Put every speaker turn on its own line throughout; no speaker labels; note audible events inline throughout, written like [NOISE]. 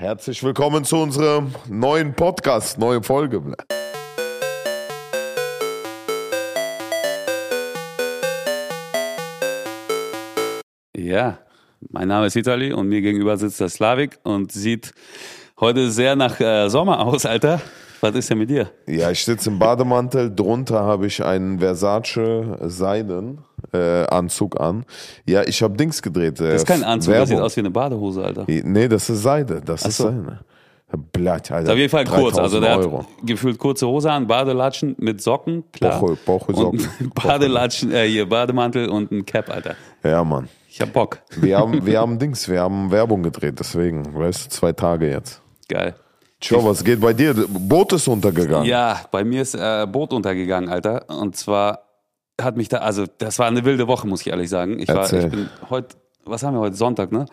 Herzlich willkommen zu unserem neuen Podcast, neue Folge.
Ja, mein Name ist Vitali und mir gegenüber sitzt der Slavik und sieht heute sehr nach äh, Sommer aus, Alter. Was ist denn mit dir?
Ja, ich sitze im Bademantel, drunter habe ich einen Versace Seiden äh, Anzug an. Ja, ich habe Dings gedreht. Äh,
Das ist kein Anzug, das sieht
Werbung.
aus wie eine Badehose, Alter.
Nee, das ist Seide, das ist
so.
Seide. Blatt, Alter.
Ist auf jeden Fall kurz.
3000
Also der
Euro.
hat gefühlt kurze Hose an, Badelatschen mit Socken, klar.
Bauche- Bauche, Socken.
Und [LAUGHS] Badelatschen, äh, hier, Bademantel und ein Cap, Alter.
Ja, Mann.
Ich hab Bock.
Wir haben, wir haben Dings, wir haben Werbung gedreht, deswegen, weißt du, zwei Tage jetzt.
Geil.
Tjo, was geht bei dir? Boot ist untergegangen.
Ja, bei mir ist äh, Boot untergegangen, Alter. Und zwar hat mich da, also das war eine wilde Woche, muss ich ehrlich sagen. Ich, war,
Erzähl.
ich bin heute, was haben wir heute? Sonntag, ne?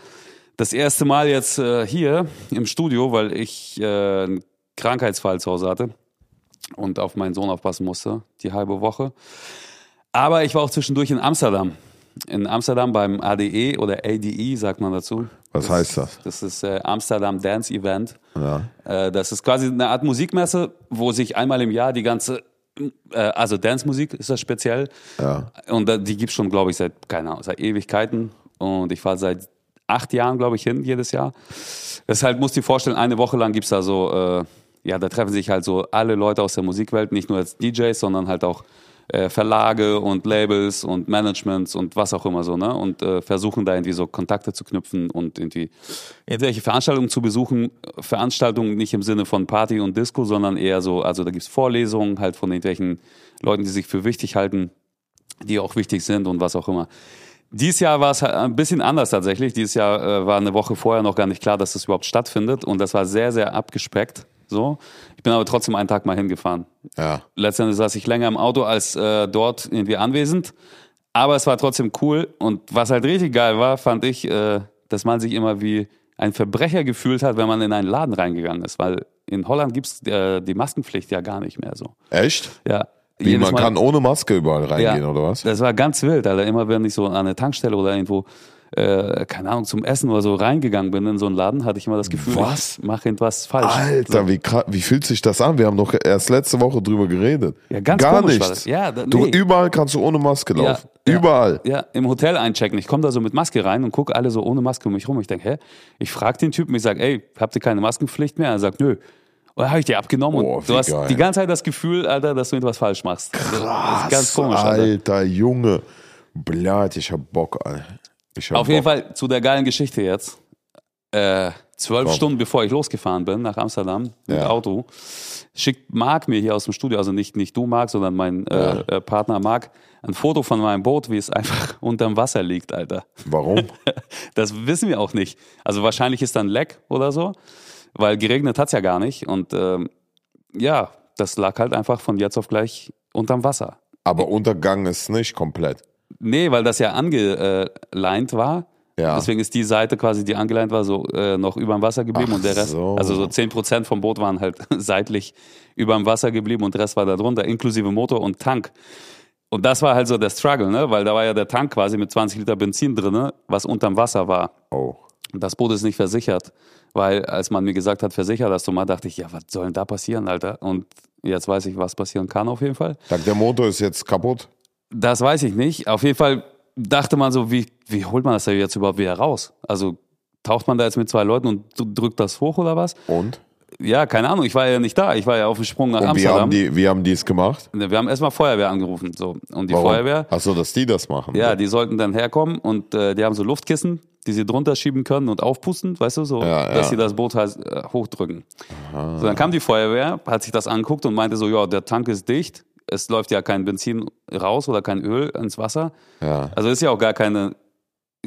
Das erste Mal jetzt äh, hier im Studio, weil ich äh, einen Krankheitsfall zu Hause hatte und auf meinen Sohn aufpassen musste, die halbe Woche. Aber ich war auch zwischendurch in Amsterdam. In Amsterdam beim ADE oder ADE, sagt man dazu.
Was heißt das?
Das ist äh, Amsterdam Dance Event.
Ja.
Äh, das ist quasi eine Art Musikmesse, wo sich einmal im Jahr die ganze, äh, also Dance-Musik ist das speziell.
Ja.
Und da, die gibt's schon, glaube ich, seit, keine Ahnung, seit Ewigkeiten. Und ich fahre seit acht Jahren, glaube ich, hin, jedes Jahr. Deshalb musst du dir vorstellen, eine Woche lang gibt's da so, äh, ja, da treffen sich halt so alle Leute aus der Musikwelt, nicht nur als DJs, sondern halt auch äh, Verlage und Labels und Managements und was auch immer so, ne? Und äh, versuchen da irgendwie so Kontakte zu knüpfen und irgendwie irgendwelche Veranstaltungen zu besuchen. Veranstaltungen nicht im Sinne von Party und Disco, sondern eher so, also da gibt's Vorlesungen halt von irgendwelchen Leuten, die sich für wichtig halten die auch wichtig sind und was auch immer. Dieses Jahr war es halt ein bisschen anders tatsächlich. Dieses Jahr äh, war eine Woche vorher noch gar nicht klar, dass das überhaupt stattfindet und das war sehr, sehr abgespeckt. So. Ich bin aber trotzdem einen Tag mal hingefahren.
Ja.
Letztendlich saß ich länger im Auto als äh, dort irgendwie anwesend, aber es war trotzdem cool und was halt richtig geil war, fand ich, äh, dass man sich immer wie ein Verbrecher gefühlt hat, wenn man in einen Laden reingegangen ist, weil in Holland gibt's äh, die Maskenpflicht ja gar nicht mehr so.
Echt?
Ja.
Wie,
jedes
man
Mal-
kann ohne Maske überall reingehen, oder was?
das war ganz wild, Alter. Immer wenn ich so an eine Tankstelle oder irgendwo, äh, keine Ahnung, zum Essen oder so reingegangen bin in so einen Laden, hatte ich immer das Gefühl,
Was?
ich mache irgendwas falsch.
Alter, wie, kra- wie fühlt sich das an? Wir haben doch erst letzte Woche drüber geredet.
Ja, ganz
Gar
komisch war
nichts.
das. Ja, da-
du,
nee.
überall kannst du ohne Maske
Ja,
laufen.
ja.
Überall.
Ja, im Hotel einchecken. Ich komme da so mit Maske rein und gucke alle so ohne Maske um mich rum. Ich denke, hä? Ich frage den Typen, ich sage, ey, habt ihr keine Maskenpflicht mehr? Er sagt, nö. Und habe ich dir abgenommen.
Boah,
und du
wie
hast
geil.
die ganze Zeit das Gefühl, Alter, dass du irgendwas falsch machst. das ist ganz komisch,
Alter.
Alter.
Junge. Blatt, ich hab Bock, Alter. Ich hab
Auf jeden
Bock.
Fall zu der geilen Geschichte jetzt. Äh, zwölf Stunden bevor ich losgefahren bin nach Amsterdam mit
Ja.
Auto, schickt Marc mir hier aus dem Studio, also nicht, nicht du Marc, sondern mein äh, äh, Partner Marc, ein Foto von meinem Boot, wie es [LAUGHS] einfach unterm Wasser liegt, Alter. [LAUGHS]
Warum?
Das wissen wir auch nicht. Also wahrscheinlich ist dann Leck oder so, weil geregnet hat's ja gar nicht. Und ähm, ja, das lag halt einfach von jetzt auf gleich unterm Wasser.
Aber Untergang ist nicht komplett.
Nee, weil das ja angeleint war.
Ja.
Deswegen ist die Seite quasi, die angeleint war, so äh, noch über dem Wasser geblieben
Ach
und der Rest,
so.
also so 10% vom Boot waren halt [LAUGHS] seitlich über dem Wasser geblieben und der Rest war da drunter, inklusive Motor und Tank. Und das war halt so der Struggle, ne? weil da war ja der Tank quasi mit 20 Liter Benzin drinne, was unterm Wasser war.
Oh.
Und das Boot ist nicht versichert, weil als man mir gesagt hat, versicher das doch mal, dachte ich, ja, was soll denn da passieren, Alter? Und jetzt weiß ich, was passieren kann auf jeden Fall.
Sag, der Motor ist jetzt kaputt.
Das weiß ich nicht. Auf jeden Fall dachte man so, wie, wie holt man das da jetzt überhaupt wieder raus? Also taucht man da jetzt mit zwei Leuten und d- drückt das hoch oder was?
Und?
Ja, keine Ahnung, ich war ja nicht da. Ich war ja auf dem Sprung nach
Und wie
Amsterdam.
haben, die, wie haben die es gemacht?
Ne, Wir haben erstmal Feuerwehr angerufen. So. Und die Feuerwehr,
Achso, dass die das machen.
ja, die sollten dann herkommen und äh, die haben so Luftkissen, die sie drunter schieben können und aufpusten, weißt du, so,
Ja,
dass
ja.
sie das Boot halt, äh, hochdrücken. So, dann kam die Feuerwehr, hat sich das angeguckt und meinte so, ja, der Tank ist dicht, es läuft ja kein Benzin raus oder kein Öl ins Wasser.
ja.
Also ist ja auch gar keine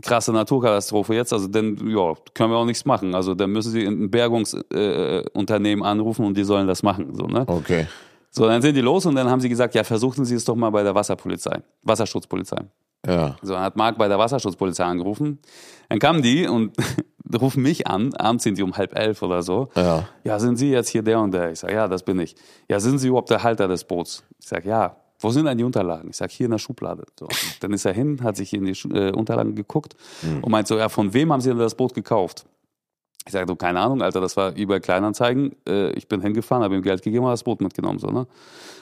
krasse Naturkatastrophe jetzt, also dann ja, können wir auch nichts machen. Also dann müssen sie ein Bergungsunternehmen äh, Unternehmen anrufen und die sollen das machen. So, ne?
Okay.
so, dann sind die los und dann haben sie gesagt, ja, versuchen Sie es doch mal bei der Wasserpolizei, Wasserschutzpolizei.
Ja.
So, dann hat Marc bei der Wasserschutzpolizei angerufen. Dann kamen die und [LAUGHS] rufen mich an, abends sind die um halb elf oder so.
Ja.
Ja, sind Sie jetzt hier der und der? Ich sage, ja, das bin ich. Ja, sind Sie überhaupt der Halter des Boots? Ich sage, ja. Wo sind denn die Unterlagen? Ich sage, hier in der Schublade. So. Dann ist er hin, hat sich in die Schu- äh, Unterlagen geguckt und meint so, ja, von wem haben Sie denn das Boot gekauft? Ich sage, du, keine Ahnung, Alter, das war über Kleinanzeigen. Äh, ich bin hingefahren, habe ihm Geld gegeben, habe das Boot mitgenommen, so, ne?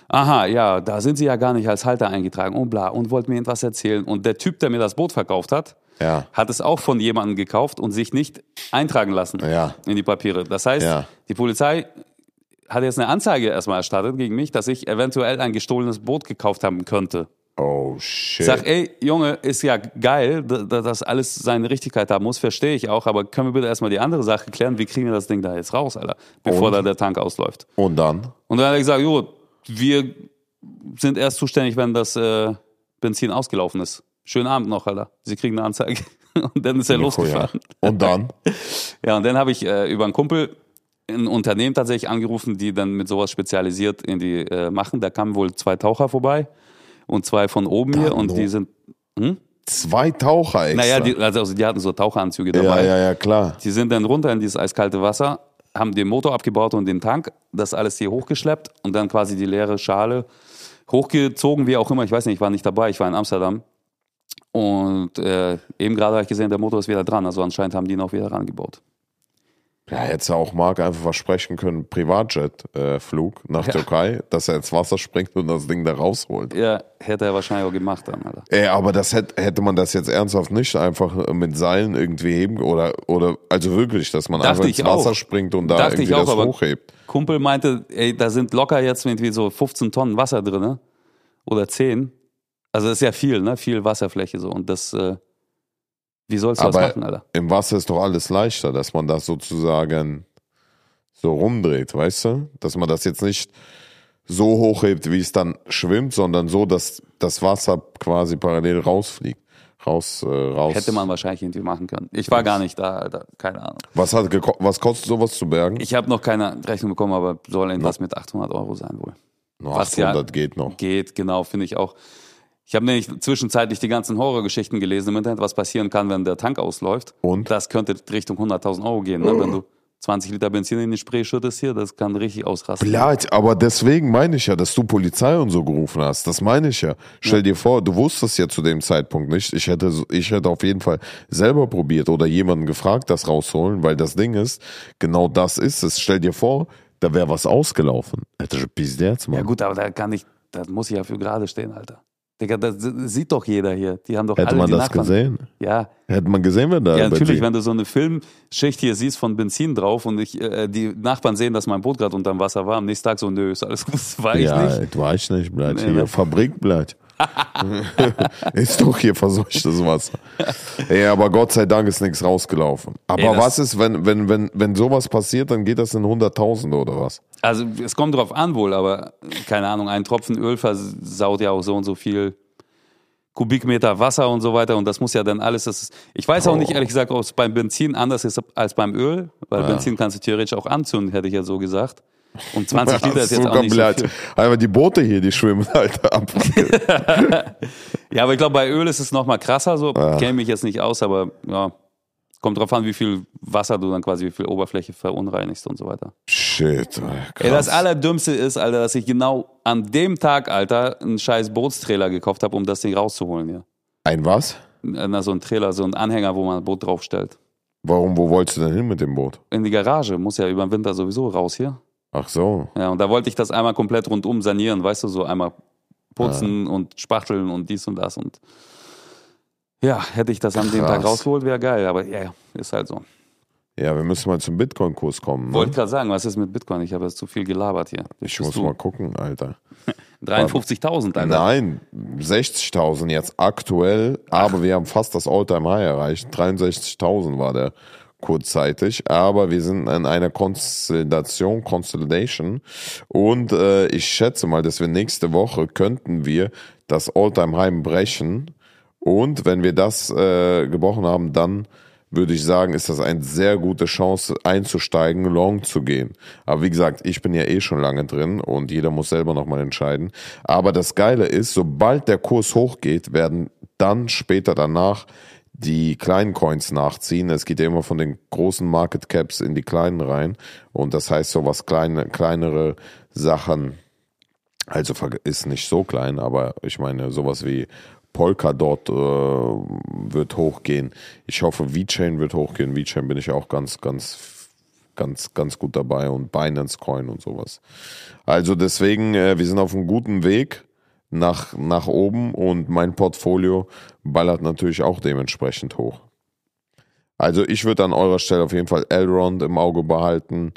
Aha, ja, da sind sie ja gar nicht als Halter eingetragen und bla und wollte mir irgendwas erzählen. Und der Typ, der mir das Boot verkauft hat,
Ja.
hat es auch von jemandem gekauft und sich nicht eintragen lassen
Ja.
in die Papiere. Das heißt,
Ja.
die Polizei hat jetzt eine Anzeige erstmal erstattet gegen mich, dass ich eventuell ein gestohlenes Boot gekauft haben könnte.
Oh shit.
Ich sag, ey, Junge, ist ja geil, dass das alles seine Richtigkeit haben muss, verstehe ich auch, aber können wir bitte erstmal die andere Sache klären, wie kriegen wir das Ding da jetzt raus, Alter, bevor
Und?
da der Tank ausläuft.
Und dann?
Und dann hat er gesagt, jo, wir sind erst zuständig, wenn das äh, Benzin ausgelaufen ist. Schönen Abend noch, Alter. Sie kriegen eine Anzeige. [LAUGHS] Und dann ist er losgefahren.
Ja. Und dann?
Ja, und dann habe ich äh, über einen Kumpel ein Unternehmen tatsächlich angerufen, die dann mit sowas spezialisiert in die äh, machen. Da kamen wohl zwei Taucher vorbei und zwei von oben hier und
nur-
die sind,
Zwei Taucher extra.
naja, die, also, also die hatten so Taucheranzüge
ja,
dabei.
ja, ja, klar.
Die sind dann runter in dieses eiskalte Wasser, haben den Motor abgebaut und den Tank, das alles hier hochgeschleppt und dann quasi die leere Schale hochgezogen, wie auch immer. Ich weiß nicht, ich war nicht dabei, ich war in Amsterdam. Und äh, eben gerade habe ich gesehen, der Motor ist wieder dran. Also anscheinend haben die ihn auch wieder rangebaut.
Ja, hätte auch Marc einfach versprechen können, Privatjet-Flug nach Türkei, dass er ins Wasser springt und das Ding da rausholt.
Ja, hätte er wahrscheinlich auch gemacht dann, Alter.
Ey, aber das hätte, hätte man das jetzt ernsthaft nicht einfach äh, mit Seilen irgendwie heben oder, oder also wirklich, dass man
Dachte
einfach ins
ich
Wasser
auch.
springt und da
Dachte ich
irgendwie
auch,
das
aber-
hochhebt.
Kumpel meinte, ey, da sind locker jetzt irgendwie so 15 Tonnen Wasser drin, ne? Oder 10. Also das ist ja viel, ne? Viel Wasserfläche so. Und das, äh, wie sollst du das
Aber-
machen, Alter?
Im Wasser ist doch alles leichter, dass man das sozusagen so rumdreht, weißt du? Dass man das jetzt nicht so hochhebt, wie es dann schwimmt, sondern so, dass das Wasser quasi parallel rausfliegt. Raus, äh, raus.
Hätte man wahrscheinlich irgendwie machen können. Ich war gar nicht da, Alter. Keine Ahnung.
Was, hat geko- was kostet sowas zu bergen?
Ich habe noch keine Rechnung bekommen, aber soll irgendwas mit 800 Euro sein wohl.
Nur
was ja-
800 geht noch.
Geht, genau, finde ich auch. Ich habe nämlich zwischenzeitlich die ganzen Horrorgeschichten gelesen im Internet, was passieren kann, wenn der Tank ausläuft.
Und?
Das könnte Richtung 100.000 Euro gehen, ne? wenn du 20 Liter Benzin in den Spray schüttest hier, das kann richtig ausrasten.
Blöd, aber deswegen meine ich ja, dass du Polizei und so gerufen hast. Das meine ich ja. Stell dir vor, du wusstest ja zu dem Zeitpunkt nicht. Ich hätte, so- ich hätte auf jeden Fall selber probiert oder jemanden gefragt, das rausholen, weil das Ding ist, genau das ist es. Stell dir vor, da wäre was ausgelaufen. Hätte ich Pizderz,
Ja
Mann.
gut, aber da kann ich, da muss ich ja für gerade stehen, Alter. Digga, das sieht doch jeder hier. Die haben doch
Hätte
alle
man
die
das
Nachbarn.
gesehen?
Ja,
Hätte man gesehen, wenn da
Ja,
bei
natürlich,
dir-
wenn du so eine Filmschicht hier siehst von Benzin drauf und ich, äh, die Nachbarn sehen, dass mein Boot gerade unterm Wasser war, am nächsten Tag so, nö, ist alles [LAUGHS] gut, das war ich
ja,
nicht.
du weißt nicht, bleibt
Nee,
hier
ne?
Fabrik
[LAUGHS]
bleibt. ist doch hier verseuchtes Wasser. Ja, aber Gott sei Dank ist nichts rausgelaufen. Aber
Ey, das-
was ist, wenn, wenn, wenn, wenn sowas passiert, dann geht das in Hunderttausende oder
[LAUGHS]
was?
Also es kommt drauf an wohl, aber keine Ahnung, ein Tropfen Öl versaut ja auch so und so viel Kubikmeter Wasser und so weiter und das muss ja dann alles, das ist, ich weiß auch nicht ehrlich gesagt, ob es beim Benzin anders ist als beim Öl, weil Benzin kannst du theoretisch auch anzünden, hätte ich ja so gesagt.
[LAUGHS]
Und 20 Liter ist
Ach,
jetzt
so
auch nicht so
komplett.
viel.
Einmal die Boote hier, die schwimmen halt ab.
Ja, aber ich glaube, bei Öl ist es nochmal krasser. So kenne mich jetzt nicht aus, aber ja, kommt drauf an, wie viel Wasser du dann quasi, wie viel Oberfläche verunreinigst und so weiter.
Shit,
Ey,
krass.
das Allerdümmste ist, Alter, dass ich genau an dem Tag, Alter, einen scheiß Bootstrailer gekauft habe, um das Ding rauszuholen. Ja.
Ein was?
Na, so ein Trailer, so ein Anhänger, wo man ein Boot draufstellt.
Warum, wo wolltest du denn hin mit dem Boot?
In die Garage, muss ja über den Winter sowieso raus hier.
Ach so.
Ja, und da wollte ich das einmal komplett rundum sanieren, weißt du, so einmal putzen und spachteln und dies und das und ja, hätte ich das an dem
Krass. Mhm.
Tag rausgeholt, wäre geil, aber ja, ja, ist halt so.
Ja, wir müssen mal zum Bitcoin-Kurs kommen.
Wollte
Ne?
gerade sagen, was ist mit Bitcoin? Ich habe jetzt zu viel gelabert hier.
Ich
Bist
muss
du?
mal gucken, Alter.
53.000, Alter.
Nein, 60.000 jetzt aktuell, aber wir haben fast das All-Time-High erreicht. 63.000 war der kurzzeitig, aber wir sind in einer Konsolidation, Consolidation und äh, ich schätze mal, dass wir nächste Woche könnten wir das All-Time-High brechen und wenn wir das äh, gebrochen haben, dann würde ich sagen, ist das eine sehr gute Chance einzusteigen, long zu gehen. Aber wie gesagt, ich bin ja eh schon lange drin und jeder muss selber nochmal entscheiden. Aber das Geile ist, sobald der Kurs hochgeht, werden dann später danach die kleinen Coins nachziehen. Es geht ja immer von den großen Market Caps in die kleinen rein. Und das heißt, so was kleine, kleinere Sachen also ver- ist nicht so klein, aber ich meine sowas wie Polkadot äh, wird hochgehen. Ich hoffe, VeChain wird hochgehen. VeChain bin ich auch ganz, ganz, ganz, ganz gut dabei und Binance Coin und sowas. Also deswegen, äh, wir sind auf einem guten Weg nach, nach oben und mein Portfolio ballert natürlich auch dementsprechend hoch. Also ich würde an eurer Stelle auf jeden Fall Elrond im Auge behalten.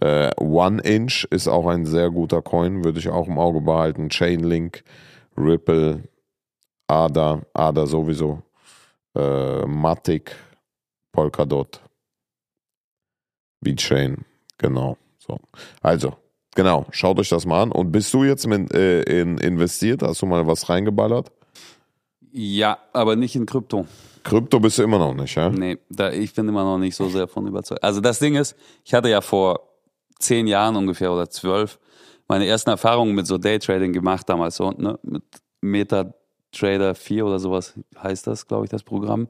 Äh, One Inch ist auch ein sehr guter Coin, würde ich auch im Auge behalten. Chainlink, Ripple, ADA, ADA sowieso, äh, Matic, Polkadot, VeChain, genau. So. Also, genau, schaut euch das mal an. Und bist du jetzt mit, äh, in, investiert? Hast du mal was reingeballert?
Ja, aber nicht in Krypto.
Krypto bist du immer noch nicht, ja?
Nee, da, ich bin immer noch nicht so sehr von überzeugt. Also das Ding ist, ich hatte ja vor zehn Jahren ungefähr oder zwölf meine ersten Erfahrungen mit so Daytrading gemacht damals so, ne, mit Meta Trader 4 oder sowas heißt das, glaube ich, das Programm.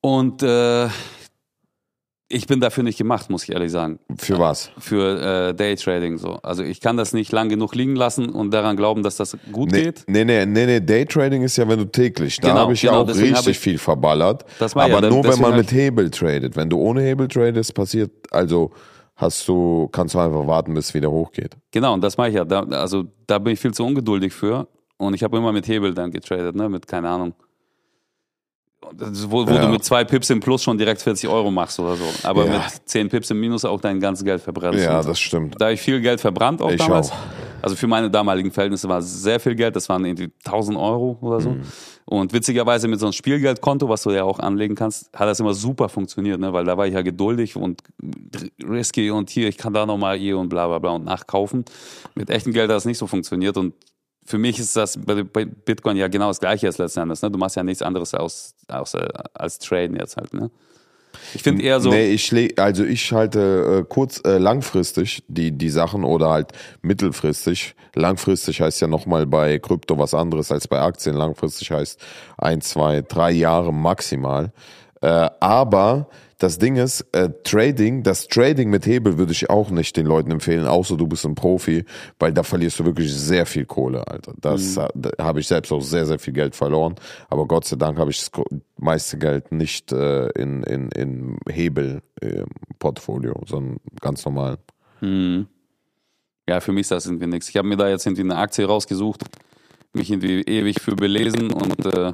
Und äh, ich bin dafür nicht gemacht, muss ich ehrlich sagen,
Für was?
für äh, Daytrading so. Also ich kann das nicht lang genug liegen lassen und daran glauben, dass das gut
Nee,
geht.
nee, nee, nee, nee, Daytrading ist ja, wenn du täglich, da
Genau,
habe ich
genau,
ja auch
deswegen habe
richtig
ich-
viel verballert.
Das war
aber
ja, da-
nur wenn
deswegen
man
habe
mit Hebel tradet. Wenn du ohne Hebel tradest, passiert, also hast du, kannst du einfach warten, bis es wieder hochgeht.
Genau, und das mache ich ja. Da, also da bin ich viel zu ungeduldig für. Und ich habe immer mit Hebel dann getradet, ne? Mit, keine Ahnung. Und das- Wo, wo
Ja.
du mit zwei Pips im Plus schon direkt 40 Euro machst oder so. Aber
Ja.
mit 10 Pips im Minus auch dein ganzes Geld verbrennst.
ja,
Und
das stimmt.
da habe ich viel Geld verbrannt auch
Ich
damals.
auch.
Also für meine damaligen Verhältnisse war es sehr viel Geld. Das waren irgendwie 1000 Euro oder
Mhm.
so. Und witzigerweise mit so einem Spielgeldkonto, was du ja auch anlegen kannst, hat das immer super funktioniert, ne? weil da war ich ja geduldig und risky und hier, ich kann da nochmal hier und bla bla bla und nachkaufen. Mit echtem Geld hat das nicht so funktioniert und für mich ist das bei bei Bitcoin ja genau das gleiche als letzten Endes. Ne? Du machst ja nichts anderes aus, außer, als Traden jetzt halt. Ne? Ich finde eher so,
Nee, ich leg, also ich halte äh, kurz äh, langfristig die, die Sachen oder halt mittelfristig. Langfristig heißt ja nochmal bei Krypto was anderes als bei Aktien. Langfristig heißt ein, zwei, drei Jahre maximal. Äh, aber das Ding ist, äh, Trading, das Trading mit Hebel würde ich auch nicht den Leuten empfehlen, außer du bist ein Profi, weil da verlierst du wirklich sehr viel Kohle, Alter. Das ha- da habe ich selbst auch sehr, sehr viel Geld verloren. Aber Gott sei Dank habe ich das gro- meiste Geld nicht äh, in, in, in Hebel-Portfolio, sondern ganz normal.
ja, für mich ist das irgendwie nichts. Ich habe mir da jetzt irgendwie eine Aktie rausgesucht, mich irgendwie ewig für belesen und äh,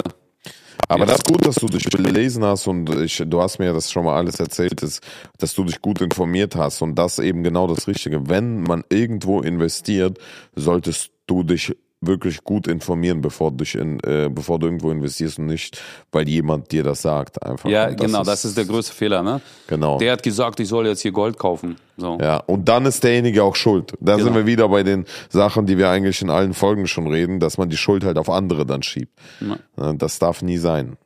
Aber
Ja.
das ist gut, dass du dich belesen hast und ich, du hast mir das schon mal alles erzählt, dass, dass du dich gut informiert hast und das eben genau das Richtige. Wenn man irgendwo investiert, solltest du dich wirklich gut informieren, bevor du, dich in, äh, bevor du irgendwo investierst und nicht, weil jemand dir das sagt. Einfach.
ja,
Und
genau, das ist der größte Fehler. Ne?
Genau.
Der hat gesagt, ich soll jetzt hier Gold kaufen. So.
ja, und dann ist derjenige auch schuld. Da sind
Genau.
wir wieder bei den Sachen, die wir eigentlich in allen Folgen schon reden, dass man die Schuld halt auf andere dann schiebt. Ne, Das darf nie sein.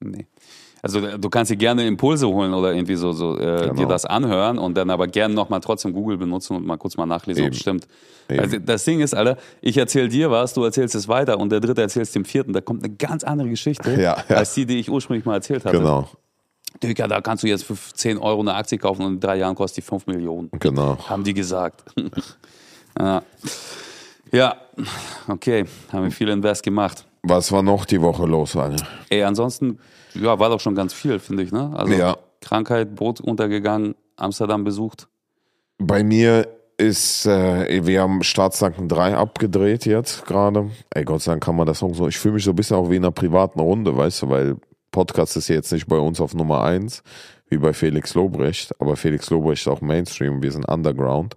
Nee. Also du kannst dir gerne Impulse holen oder irgendwie so, so äh,
Genau.
dir das anhören und dann aber gerne nochmal trotzdem Google benutzen und mal kurz mal nachlesen, ob
Eben.
es stimmt. Also das Ding ist, Alter, ich erzähle dir was, du erzählst es weiter und der dritte erzählst dem vierten. Da kommt eine ganz andere Geschichte
Ja, ja.
als die, die ich ursprünglich mal erzählt hatte.
Genau,
Digga, da kannst du jetzt für 10 Euro eine Aktie kaufen und in drei Jahren kostet die 5 Millionen.
genau.
Haben die gesagt. [LAUGHS] ja. ja, okay, haben wir viel Invest gemacht.
Was war noch die Woche los, Alter?
Ey, ansonsten, ja, war doch schon ganz viel, finde ich, ne? Also
Ja.
Krankheit, Boot untergegangen, Amsterdam besucht.
Bei mir ist, äh, wir haben Staatsdanken 3 abgedreht jetzt gerade. Ey, Gott sei Dank kann man das auch so. Ich fühle mich so ein bisschen auch wie in einer privaten Runde, weißt du, weil Podcast ist ja jetzt nicht bei uns auf Nummer 1, wie bei Felix Lobrecht. Aber Felix Lobrecht ist auch Mainstream, wir sind Underground.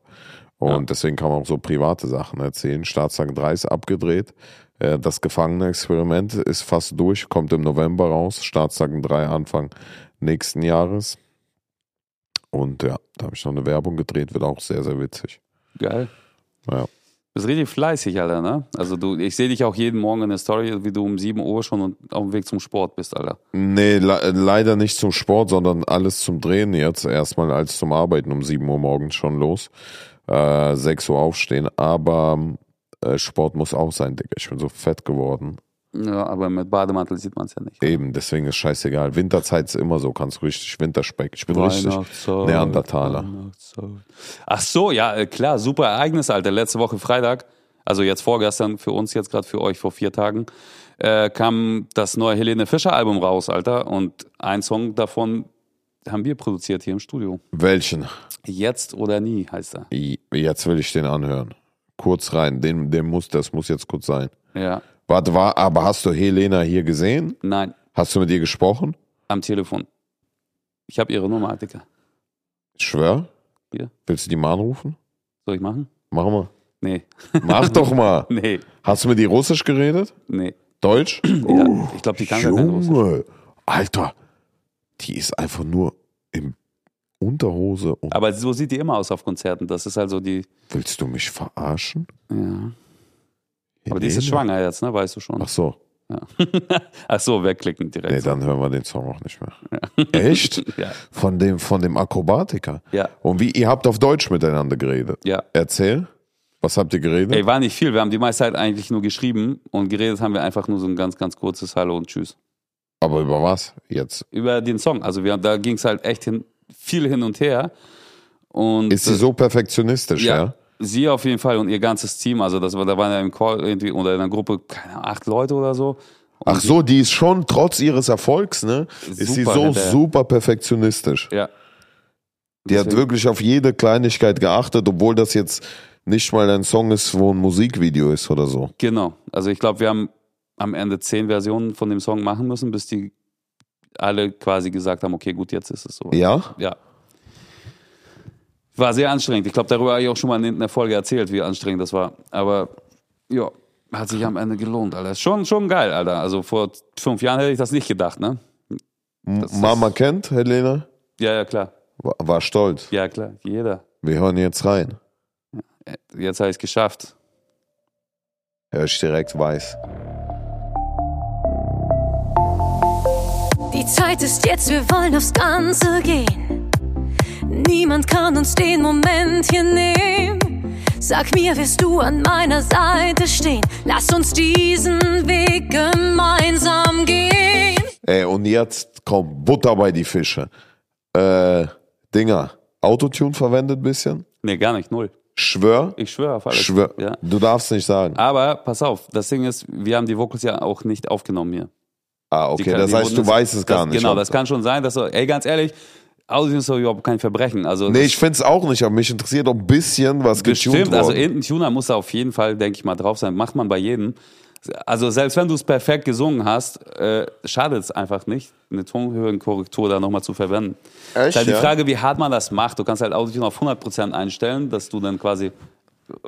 Und
Ja.
deswegen kann man auch so private Sachen erzählen. Staatsdanken 3 ist abgedreht. Äh, Das Gefangene-Experiment ist fast durch, kommt im November raus. Staatsdanken 3 Anfang nächsten Jahres. Und ja, da habe ich noch eine Werbung gedreht, wird auch sehr, sehr witzig.
Geil.
Ja.
Du bist richtig fleißig, Alter, ne? Also du, ich sehe dich auch jeden Morgen in der Story, wie du um 7 Uhr schon und auf dem Weg zum Sport bist, Alter.
Nee, le leider nicht zum Sport, sondern alles zum Drehen jetzt erstmal als zum Arbeiten um 7 Uhr morgens schon los. Äh, 6 Uhr aufstehen, aber äh, Sport muss auch sein, Digga. Ich bin so fett geworden.
Ja, aber mit Bademantel sieht man es ja nicht.
Eben, deswegen ist scheißegal. Winterzeit ist immer so, kannst richtig Winterspeck. Ich bin richtig.
Weihnachtszeit,
Neandertaler.
ähm. Weihnachtszeit. Ach so, ja, äh, klar, super Ereignis, Alter. Letzte Woche Freitag, also jetzt vorgestern für uns, jetzt gerade für euch vor vier Tagen, äh, kam das neue Helene Fischer Album raus, Alter. Und ein Song davon haben wir produziert hier im Studio.
Welchen?
Jetzt oder nie heißt er.
I- Jetzt will ich den anhören. Kurz rein. Den, den muss, das muss jetzt kurz sein.
Ja.
Warte, war, aber hast du Helena hier gesehen?
Nein,
Hast du mit ihr gesprochen?
am Telefon. Ich habe ihre Nummer, Digga.
Ich schwör.
Ja.
Willst du die mal anrufen?
Soll ich machen?
Mach mal.
Nee. [LAUGHS]
Mach doch mal.
Nee.
Hast du mit ihr Russisch geredet?
Nee.
Deutsch?
Ja, ich glaube, die kann gar kein Russisch.
Junge. Alter. Die ist einfach nur im Unterhose. Und
Aber so sieht die immer aus auf Konzerten. Das ist also die.
willst du mich verarschen?
Ja. Aber die
Helena?
ist jetzt schwanger jetzt, ne? Weißt du schon.
Ach so.
Ach so, wegklicken
Nee,
direkt.
dann hören wir den Song auch nicht mehr. Echt?
[LAUGHS] Ja.
Von dem, von dem Akrobatiker.
Ja.
Und wie, ihr habt auf Deutsch miteinander geredet.
Ja.
Erzähl. Was habt ihr geredet?
Ey, war nicht viel. Wir haben die meiste Zeit eigentlich nur geschrieben und geredet haben wir einfach nur so ein ganz, ganz kurzes Hallo und Tschüss.
Aber über was jetzt?
Über den Song. Also wir, haben- da ging es halt echt hin, viel hin und her. Und
Ist sie so perfektionistisch, ja?
Äh. ja, sie auf jeden Fall und ihr ganzes Team. Also das war, da waren ja im Call irgendwie oder in einer Gruppe, keine Ahnung, acht Leute oder so.
Ach so, die ist schon trotz ihres Erfolgs, ne? Ist sie
Super
so
hinterher.
super perfektionistisch.
Ja.
Die hat
Deswegen-
wirklich auf jede Kleinigkeit geachtet, obwohl das jetzt nicht mal ein Song ist, wo ein Musikvideo ist oder so.
Genau. Also ich glaube, wir haben am Ende zehn Versionen von dem Song machen müssen, bis die alle quasi gesagt haben, okay, gut, jetzt ist es so.
Ja?
Ja. War sehr anstrengend. Ich glaube, darüber habe ich auch schon mal in der Folge erzählt, wie anstrengend das war. Aber ja, hat sich am Ende gelohnt, Alter. Ist Schon, schon geil, Alter. Also vor fünf Jahren hätte ich das nicht gedacht, ne?
M-
Das ist-
Mama kennt Helena?
Ja, ja, klar.
War, war stolz.
Ja, klar. Jeder.
Wir hören jetzt rein.
Jetzt habe ich es geschafft.
Hör ich direkt weiß.
Die Zeit ist jetzt, wir wollen aufs Ganze gehen. Niemand kann uns den Moment hier nehmen. Sag mir, wirst du an meiner Seite stehen? Lass uns diesen Weg gemeinsam gehen.
Ey, und jetzt kommt Butter bei die Fische. Äh, Dinger, Autotune verwendet bisschen?
Nee, gar nicht. Null.
Schwör?
Ich schwöre auf alles.
Schwör.
Ja. Ah,
Du darfst nicht sagen.
Aber pass auf, das Ding ist, wir haben die Vocals ja auch nicht aufgenommen hier.
Ah,
Die
okay,
können-
das
die
heißt,
wurden
du
jetzt-
weißt es gar
das,
nicht.
Genau,
ob-
das kann schon sein, dass, ey, ganz ehrlich, Audio ist doch überhaupt kein Verbrechen. Also,
Nee, ich find's auch nicht, aber mich interessiert auch ein bisschen, was getuned
Bestimmt,
wurde.
also irgendein Tuner muss da auf jeden Fall, denke ich mal, drauf sein. Macht man bei jedem. Also selbst wenn du es perfekt gesungen hast, äh, schadet es einfach nicht, eine Tonhöhenkorrektur da nochmal zu verwenden.
Echt,
ist halt die
ja?
Frage, wie hart man das macht. Du kannst halt Autotune auf 100% einstellen, dass du dann quasi,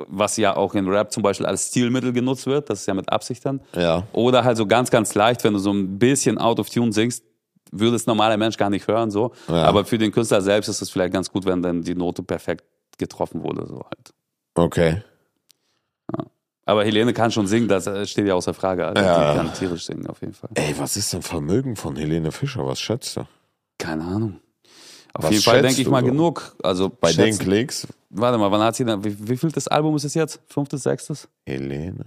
was ja auch in Rap zum Beispiel als Stilmittel genutzt wird, das ist ja mit Absicht dann.
Ja.
Oder halt so ganz, ganz leicht, wenn du so ein bisschen out of tune singst, würde es normaler Mensch gar nicht hören, so.
Ja.
Aber für den Künstler selbst ist es vielleicht ganz gut, wenn dann die Note perfekt getroffen wurde, so halt.
okay.
Aber Helene kann schon singen, das äh, steht ja außer Frage. Also
Ja.
Die kann tierisch singen, auf jeden Fall.
Ey, was ist denn Vermögen von Helene Fischer? Was schätzt du?
Keine Ahnung. Auf
Was
jeden Fall
schätzt
denke ich
du
mal
so?
genug. Also
Bei den
schätzen-
Klicks?
Warte mal, wann hat sie denn, wie, wie viel das Album ist es jetzt? Fünftes, sechstes?
Helene?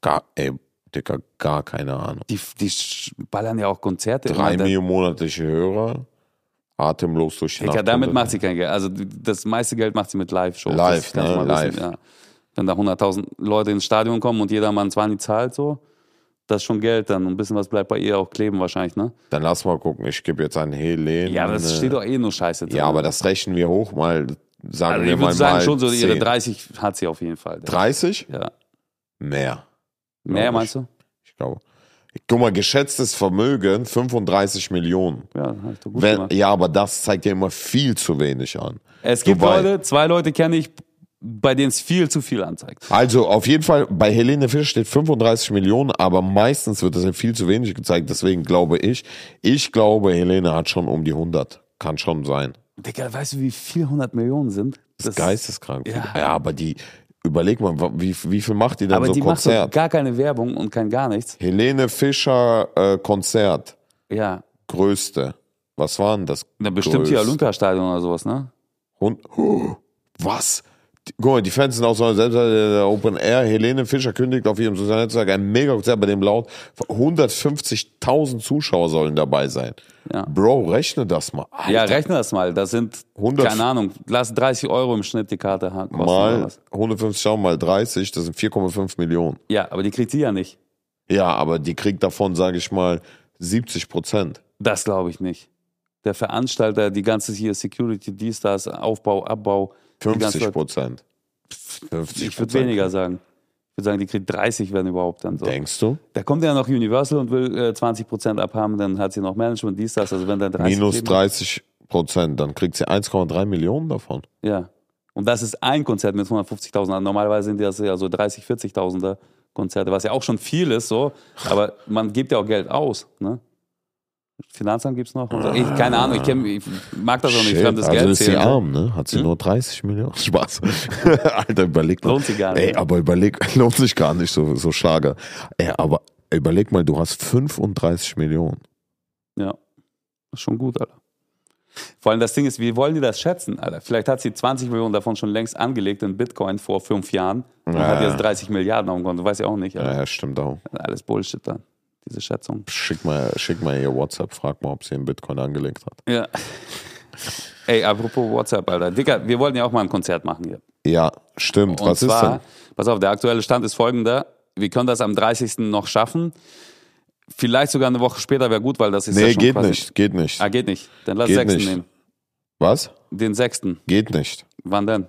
Gar, ey, Digga, gar keine Ahnung.
Die, die sch- ballern ja auch Konzerte.
Drei
immer.
Millionen monatliche Hörer, atemlos durch die
Digga,
Nacht.
damit macht sie kein Geld. Also die- das meiste Geld macht sie mit Live-Shows.
Live,
das kannst
ne?
du mal wissen,
Live.
Ja. Wenn da 100.000 Leute ins Stadion kommen und jeder mal einen 20 zahlt so, das ist schon Geld dann. Und ein bisschen was bleibt bei ihr auch kleben wahrscheinlich, ne?
Dann lass mal gucken, ich gebe jetzt an Helene.
Ja, das steht doch eh nur scheiße drin.
ne. Ja, aber das rechnen wir hoch mal, sagen
Also
wir
ich
mal
würde sagen,
mal
schon so ihre
10.
30 hat sie auf jeden Fall.
30?
Ja.
Mehr.
Mehr
ich.
meinst du?
Ich glaube. Guck mal, geschätztes Vermögen 35 Millionen.
Ja, hast du gut
Wenn,
gemacht.
ja, aber das zeigt ja immer viel zu wenig an.
Es gibt
Dubai.
Leute, zwei Leute kenne ich, bei denen es viel zu viel anzeigt.
Also auf jeden Fall, bei Helene Fischer steht 35 Millionen, aber meistens wird das ja viel zu wenig gezeigt. Deswegen glaube ich, ich glaube, Helene hat schon um die 100. Kann schon sein.
Digga, weißt du, wie viel 100 Millionen sind?
Das ist geisteskrank.
Ja.
ja, aber die, überleg mal, wa- wie, wie viel macht die denn
aber
so
die macht so
Konzert?
gar keine Werbung und kann gar nichts.
Helene Fischer äh, Konzert,
Ja.
größte. Was war denn das?
Na, bestimmt hier
größte?
Olympiastadion oder sowas, ne?
Und oh, [GASPS] was? Die- Guck mal, die Fans sind auch so selbst der Open Air. Helene Fischer kündigt auf ihrem sozialen Netzwerk ein Mega-Konzert, bei dem laut 150.000 Zuschauer sollen dabei sein.
Ja.
Bro, rechne das mal.
Ja, rechne das mal. Das sind,
100
keine Ahnung, lass 30 Euro im Schnitt die Karte ha- kosten. oder
Mal
was.
150.000 mal 30, das sind 4,5 Millionen.
Ja, aber die kriegt sie ja nicht.
Ja, aber die kriegt davon, sage ich mal, 70 Prozent.
Das glaube ich nicht. Der Veranstalter, die ganze hier Security, dies, das, Aufbau, Abbau. die ganze
50
Leute-
Prozent. 50
Ich würde weniger sagen. Ich würde sagen, die kriegt 30, wenn überhaupt dann so.
Denkst du?
Da kommt ja noch Universal und will äh, 20% abhaben, dann hat sie noch Management, dies, das, also wenn dann 30.
Minus
geben-
30 Prozent, dann kriegt sie 1,3 Millionen davon.
Ja. Und das ist ein Konzert mit 150.000. Normalerweise sind das ja so 30, 40.000er Konzerte, was ja auch schon viel ist, so. Aber man gibt ja auch Geld aus, ne? Finanzamt gibt's noch. Und so. ich, keine Ahnung, ich, kenn, ich mag das auch nicht,
Shit,
fremdes
also
Geld
ist sie
zählen. Hm?
arm, ne? Hat sie nur 30 Millionen? [LAUGHS] Spaß. Alter, überleg mal.
Lohnt sich gar nicht.
Ey, aber überleg, [LAUGHS] lohnt sich gar nicht, so, so Schlager. Ey, aber überleg mal, du hast 35 Millionen.
Ja. Ist schon gut, Alter. Vor allem das Ding ist, wie wollen die das schätzen, Alter? Vielleicht hat sie 20 Millionen davon schon längst angelegt in Bitcoin vor fünf Jahren und
Ja.
hat jetzt 30 Milliarden auf dem Konto. Weiß ich auch nicht,
Ja,
Alter.
ja stimmt auch.
Alles Bullshit dann, diese Schätzung.
Schick mal, schick mal ihr WhatsApp, frag mal, ob sie in Bitcoin angelegt hat.
Ja. Ey, apropos WhatsApp, Alter. Dicker, wir wollten ja auch mal ein Konzert machen hier.
Ja, stimmt. Was ist denn?
Pass auf, der aktuelle Stand ist folgender. Wir können das am 30. noch schaffen. Vielleicht sogar eine Woche später wäre gut, weil das ist ja
Nee,
schon
geht
quasi-
nicht, geht nicht.
Ah, geht nicht. Dann lass
Geht
6.
nicht.
nehmen.
Was?
Den 6.
Geht nicht.
Wann denn?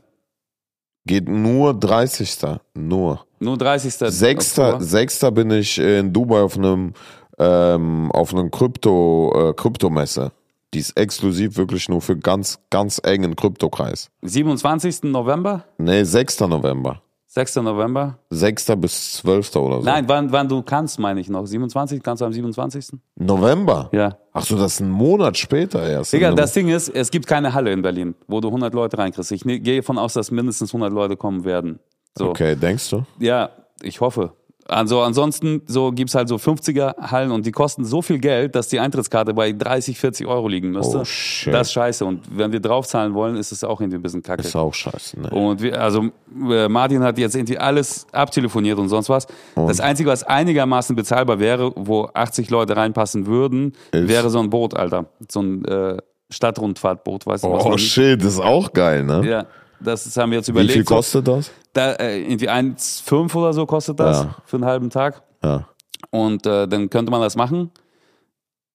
Geht nur 30. Nur.
Nur 30.
Sechster,
Oktober.
Sechster bin ich in Dubai auf einem ähm, auf einem Krypto äh, Kryptomesse. Die ist exklusiv wirklich nur für ganz ganz engen Kryptokreis.
27. November?
Nee, 6. November.
6. November?
6. bis 12. oder so.
Nein, wann, wann du kannst, meine ich noch. 27. Kannst du am 27.?
November.
Ja.
Ach so, das ist ein Monat später erst.
Digga, das Ding ist, es gibt keine Halle in Berlin, wo du 100 Leute reinkriegst. Ich ne- gehe davon aus, dass mindestens 100 Leute kommen werden. So.
Okay, denkst du?
Ja, ich hoffe. Also ansonsten so gibt's halt so 50er-Hallen und die kosten so viel Geld, dass die Eintrittskarte bei 30, 40 Euro liegen müsste.
Oh, shit.
Das ist scheiße. Und wenn wir draufzahlen wollen, ist es auch irgendwie ein bisschen kacke.
Ist auch scheiße. Ne?
Und wir, also äh, Martin hat jetzt irgendwie alles abtelefoniert und sonst was. Das Einzige, was einigermaßen bezahlbar wäre, wo 80 Leute reinpassen würden,
Ist-
wäre so ein Boot, Alter. So ein äh, Stadtrundfahrtboot, weißt du was?
Oh
man-
shit, das ist auch geil, ne?
ja, das haben wir jetzt
Wie
überlegt.
viel kostet das?
So, da, äh, irgendwie 1,5 oder so kostet das
Ja.
für einen halben Tag.
Ja.
Und äh, dann könnte man das machen.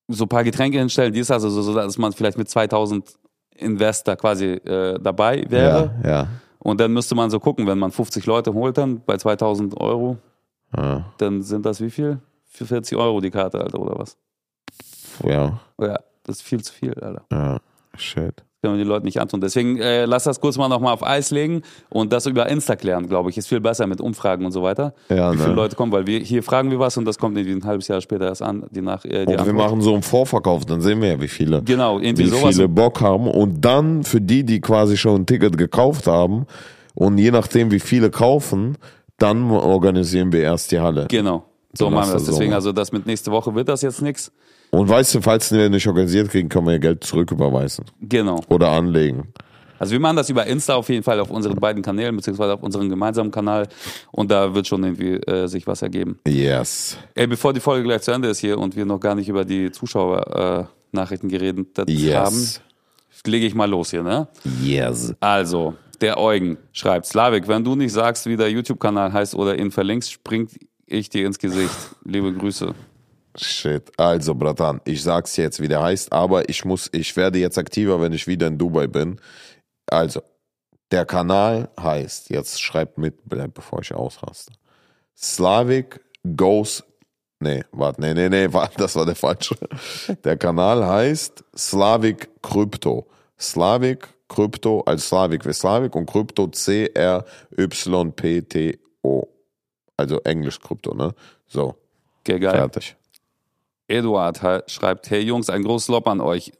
So ein paar Getränke hinstellen, dies, also so, so, dass man vielleicht mit 2000 Investor quasi äh, dabei wäre.
Ja, ja.
Und dann müsste man so gucken, wenn man 50 Leute holt, dann bei 2000 Euro,
Ja.
dann sind das wie viel? Für 40 Euro die Karte, Alter, oder was? Oh
ja,
Ja, das ist viel zu viel, Alter.
ja. Shit.
Das können wir den Leuten nicht antun. Deswegen äh, lass das kurz mal nochmal auf Eis legen und das über Insta klären, glaube ich. Ist viel besser mit Umfragen und so weiter.
Ja,
wie viele
ne?
Leute kommen, weil wir hier fragen wir was und das kommt irgendwie ein halbes Jahr später erst an, die nach äh, die
Und Oh, wir
Antwort.
machen so einen Vorverkauf, dann sehen wir ja, wie viele.
Genau, irgendwie
wie
sowas.
viele Bock haben. Und dann für die, die quasi schon ein Ticket gekauft haben und je nachdem, wie viele kaufen, dann organisieren wir erst die Halle.
Genau. So
Dann
machen wir
lass das
das.
so
Deswegen,
machen.
also das mit nächste Woche wird das jetzt nichts.
Und weißt du, falls wir nicht organisiert kriegen, können wir ihr Geld zurücküberweisen
Genau.
oder anlegen.
Also wir machen das über Insta auf jeden Fall auf unseren beiden Kanälen, beziehungsweise auf unserem gemeinsamen Kanal. Und da wird schon irgendwie äh, sich was ergeben.
Yes.
Ey, bevor die Folge gleich zu Ende ist hier und wir noch gar nicht über die Zuschauer-Nachrichten geredet
Yes.
haben, lege ich mal los hier, ne?
Yes.
Also, der Eugen schreibt, Slavik, wenn du nicht sagst, wie der YouTube-Kanal heißt oder ihn verlinkst, springt ich dir ins Gesicht. Liebe Grüße.
Shit. Also, Bratan, ich sag's jetzt, wie der heißt, aber ich muss, ich werde jetzt aktiver, wenn ich wieder in Dubai bin. Also, der Kanal heißt, jetzt schreibt mit, bleib, bevor ich ausraste. Slavic Goes. Nee, warte, nee, nee, [LAUGHS] nee, warte, das war der falsche. Der Kanal heißt Slavic Krypto. Slavic Krypto, als Slavic wie Slavic und Krypto C-R-Y-P-T-O. Also Englisch Krypto, ne? So,
Okay, geil.
fertig.
Eduard he- schreibt, hey Jungs, ein großes Lob an euch.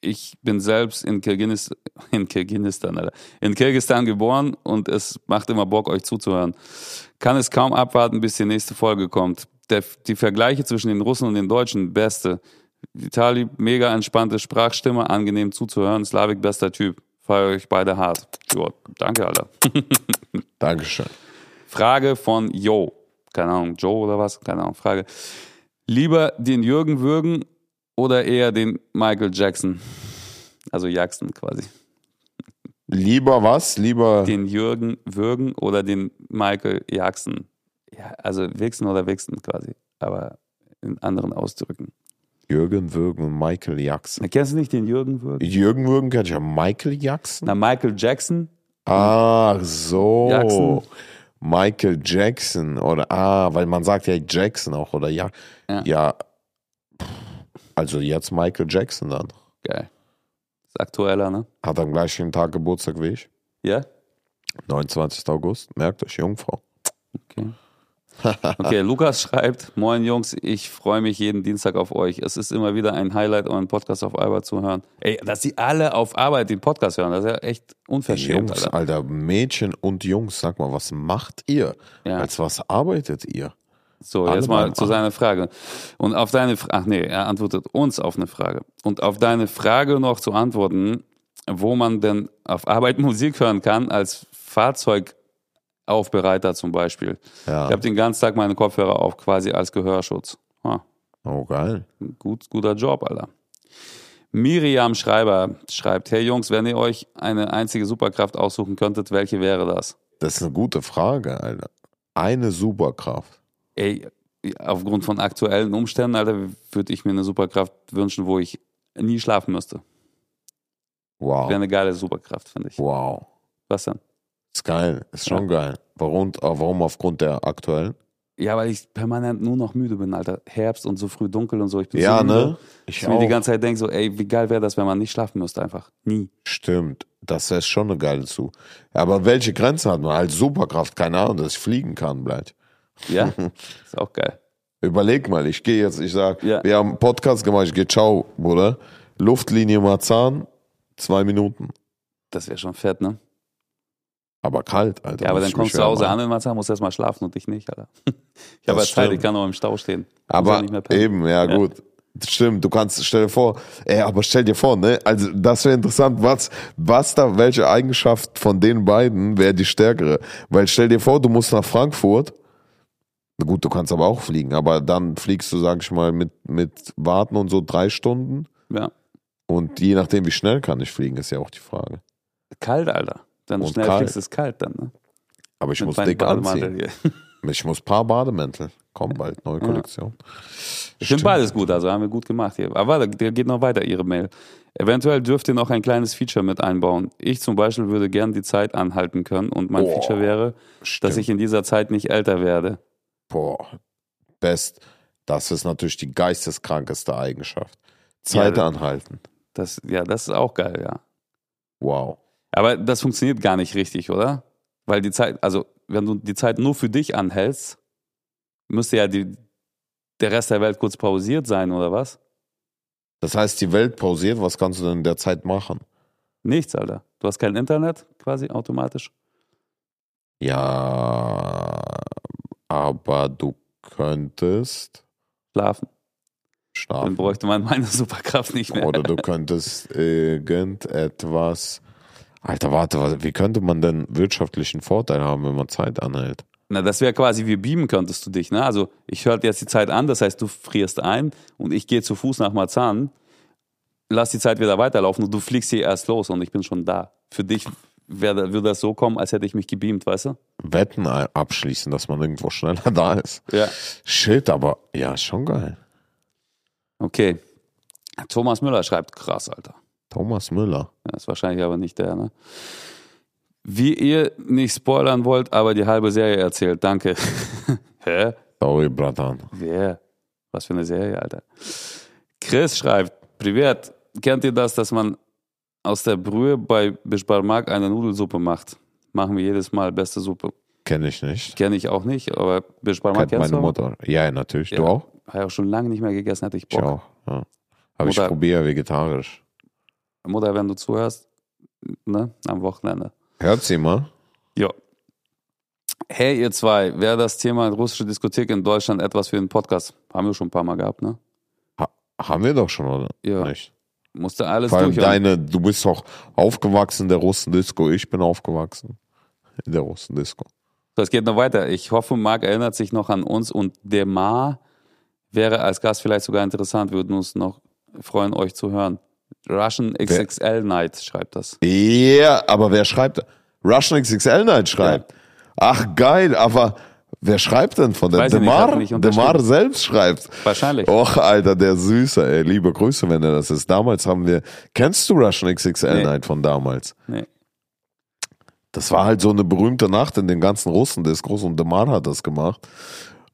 Ich bin selbst in Kirgisistan, in Kirgisistan, Alter, in Kirgisistan geboren und es macht immer Bock, euch zuzuhören. Kann es kaum abwarten, bis die nächste Folge kommt. Der, die Vergleiche zwischen den Russen und den Deutschen, beste. Vitali, mega entspannte Sprachstimme, angenehm zuzuhören. Slavik, bester Typ. Feier euch beide hart. Joa, danke, Alter.
Dankeschön.
Frage von Jo. Keine Ahnung, Joe oder was? Keine Ahnung, Frage. Lieber den Jürgen würgen oder eher den Michael Jackson? Also Jackson quasi.
Lieber was? Lieber
Den Jürgen würgen oder den Michael Jackson? Ja, also Wichsen oder Wichsen quasi. aber in anderen Ausdrücken.
Jürgen Würgen und Michael Jackson.
Na, Kennst du nicht den Jürgen Würgen?
Jürgen Würgen kennt ja Michael Jackson.
Na, Michael Jackson?
Ach so.
Jackson.
Michael Jackson oder ah, weil man sagt ja Jackson auch oder ja.
Ja.
Ja. Pff, Also jetzt Michael Jackson dann.
Geil. Ist aktueller, ne?
Hat am gleichen Tag Geburtstag wie ich.
Ja?
29. August. Merkt euch, Jungfrau.
Okay.
[LAUGHS]
Okay, Lukas schreibt, moin Jungs, ich freue mich jeden Dienstag auf euch. Es ist immer wieder ein Highlight, euren Podcast auf Arbeit zu hören. Ey, dass sie alle auf Arbeit den Podcast hören, das ist ja echt unverschämt,
Jungs,
Alter.
Alter, Mädchen und Jungs, sag mal, was macht ihr?
Ja.
Als was arbeitet ihr?
So,
alle
jetzt mal
beim
zu seiner Frage. Und auf deine Frage, ach nee, er antwortet uns auf eine Frage. Und auf deine Frage noch zu antworten, wo man denn auf Arbeit [LAUGHS] Musik hören kann, als Fahrzeugaufbereiter zum Beispiel.
Ja.
Ich habe den ganzen Tag meine Kopfhörer auf, quasi als Gehörschutz. Ah.
Oh, geil.
Gut, guter Job, Alter. Miriam Schreiber schreibt, hey Jungs, wenn ihr euch eine einzige Superkraft aussuchen könntet, welche wäre das?
Das ist eine gute Frage, Alter. Eine Superkraft.
Ey, aufgrund von aktuellen Umständen, Alter, würde ich mir eine Superkraft wünschen, wo ich nie schlafen müsste.
Wow.
Wäre eine geile Superkraft, finde ich.
Wow.
Was denn?
Ist geil. Ist schon geil. Warum, äh, warum aufgrund der aktuellen?
Ja, weil ich permanent nur noch müde bin, Alter. Herbst und so früh dunkel und so. Ich bin
ja,
so müde,
ne?
Dass
Ich
ich mir die
auch.
ganze Zeit denke, so, ey, wie geil wäre das, wenn man nicht schlafen müsste, einfach. Nie.
Stimmt. Das wäre schon eine geile zu. Aber welche Grenze hat man? Als Superkraft, keine Ahnung, dass ich fliegen kann, bleibt.
Ja?
[LAUGHS]
Ist auch geil.
Überleg mal, ich gehe jetzt, ich sag,
Ja.
wir haben einen Podcast gemacht, ich gehe, ciao, Bruder. Luftlinie Marzahn, zwei Minuten.
Das wäre schon fett, ne?
Aber kalt, Alter.
Ja, aber
muss
dann
ich mich
kommst du zu Hause
wärmen.
an und man sagt, musst erstmal schlafen und ich nicht, Alter. [LAUGHS] Ich
Das
habe ja Zeit, ich
stimmt.
kann auch im Stau stehen.
Aber
Muss ja nicht mehr pennen.
eben, ja,
Ja.
gut. Stimmt, du kannst, stell dir vor, ey, aber stell dir vor, ne? Also, das wäre interessant, was, was da, welche Eigenschaft von den beiden wäre die stärkere? Weil stell dir vor, du musst nach Frankfurt. Na Gut, du kannst aber auch fliegen, aber dann fliegst du, sag ich mal, mit, mit Warten und so drei Stunden.
Ja.
Und je nachdem, wie schnell kann ich fliegen, ist ja auch die Frage.
Kalt, Alter. Dann
Und
schnell
kalt.
fliegst es kalt dann, ne?
Aber ich
Mit
muss
meinem
dick
Bademantel
anziehen.
hier.
Ich muss paar Bademäntel. Komm bald, neue Kollektion.
[LAUGHS] Stimmt beides gut, also haben wir gut gemacht hier. Aber warte, der geht noch weiter, Ihre Mail. Eventuell dürft ihr noch ein kleines Feature mit einbauen. Ich zum Beispiel würde gern die Zeit anhalten können und mein
Boah,
Feature wäre, dass
Stimmt.
ich in dieser Zeit nicht älter werde.
Boah, best. Das ist natürlich die geisteskrankeste Eigenschaft. Zeit
Ja.
anhalten.
Das, ja, das ist auch geil, ja.
Wow.
Aber das funktioniert gar nicht richtig, oder? Weil die Zeit, also wenn du die Zeit nur für dich anhältst, müsste ja die, der Rest der Welt kurz pausiert sein, oder was?
Das heißt, die Welt pausiert. Was kannst du denn in der Zeit machen?
Nichts, Alter. Du hast kein Internet quasi automatisch.
Ja, aber du könntest
Schlafen. Dann
schlafen.
bräuchte man meine [LAUGHS] Superkraft nicht mehr.
Oder du könntest irgendetwas. Alter, warte, warte, wie könnte man denn wirtschaftlichen Vorteil haben, wenn man Zeit anhält?
Na, das wäre quasi, wie beamen könntest du dich, ne? Also ich höre jetzt die Zeit an, das heißt, du frierst ein und ich gehe zu Fuß nach Marzahn, lass die Zeit wieder weiterlaufen und du fliegst hier erst los und ich bin schon da. Für dich wär, würde das so kommen, als hätte ich mich gebeamt, weißt du?
Wetten abschließen, dass man irgendwo schneller [LAUGHS] da ist.
Ja.
Shit, aber ja, ist schon geil.
Okay. Thomas Müller schreibt, krass, Alter.
Thomas Müller.
Das ist wahrscheinlich aber nicht der, ne? Wie ihr nicht spoilern wollt, aber die halbe Serie erzählt, danke. [LAUGHS] Hä?
Sorry, Bratan.
Wer? Was für eine Serie, Alter. Chris schreibt, Privat, kennt ihr das, dass man aus der Brühe bei Bisbarmak eine Nudelsuppe macht? Machen wir jedes Mal, beste Suppe.
Kenne ich nicht.
Kenne ich auch nicht, aber Bisbarmak
Kennt
kennst
meine
du?
Mutter. Ja, natürlich.
Ja.
Du auch?
Habe ich auch schon lange nicht mehr gegessen, hätte ich
Ich
Bock.
auch. Ja. Aber ich
Mutter-
probiere vegetarisch.
Mutter, wenn du zuhörst, ne, am Wochenende.
Hört sie mal.
Ja. Hey, ihr zwei, wäre das Thema russische Diskothek in Deutschland etwas für den Podcast? Haben wir schon ein paar Mal gehabt, ne?
Haben wir doch schon, oder?
Ja.
Nicht.
Musste alles
Vor allem
durch.
deine, du bist auch aufgewachsen in der Russen-Disco. Ich bin aufgewachsen in der Russen-Disco.
So, es geht noch weiter. Ich hoffe, Marc erinnert sich noch an uns und der Ma wäre als Gast vielleicht sogar interessant. Würden uns noch freuen, euch zu hören. Russian XXL Night schreibt das.
Ja, aber wer schreibt? Russian XXL Night schreibt. Ach, geil, aber Wer schreibt denn von der?
Weiß ich nicht,
Demar?
hab nicht
Demar selbst schreibt.
Wahrscheinlich.
Och, Alter, der Süße, ey. Liebe Grüße, wenn er das ist. Damals haben wir. Kennst du Russian XXL
Nee.
Night von damals?
Nee.
Das war halt so eine berühmte Nacht in den ganzen Russen-Diskos und Demar hat das gemacht.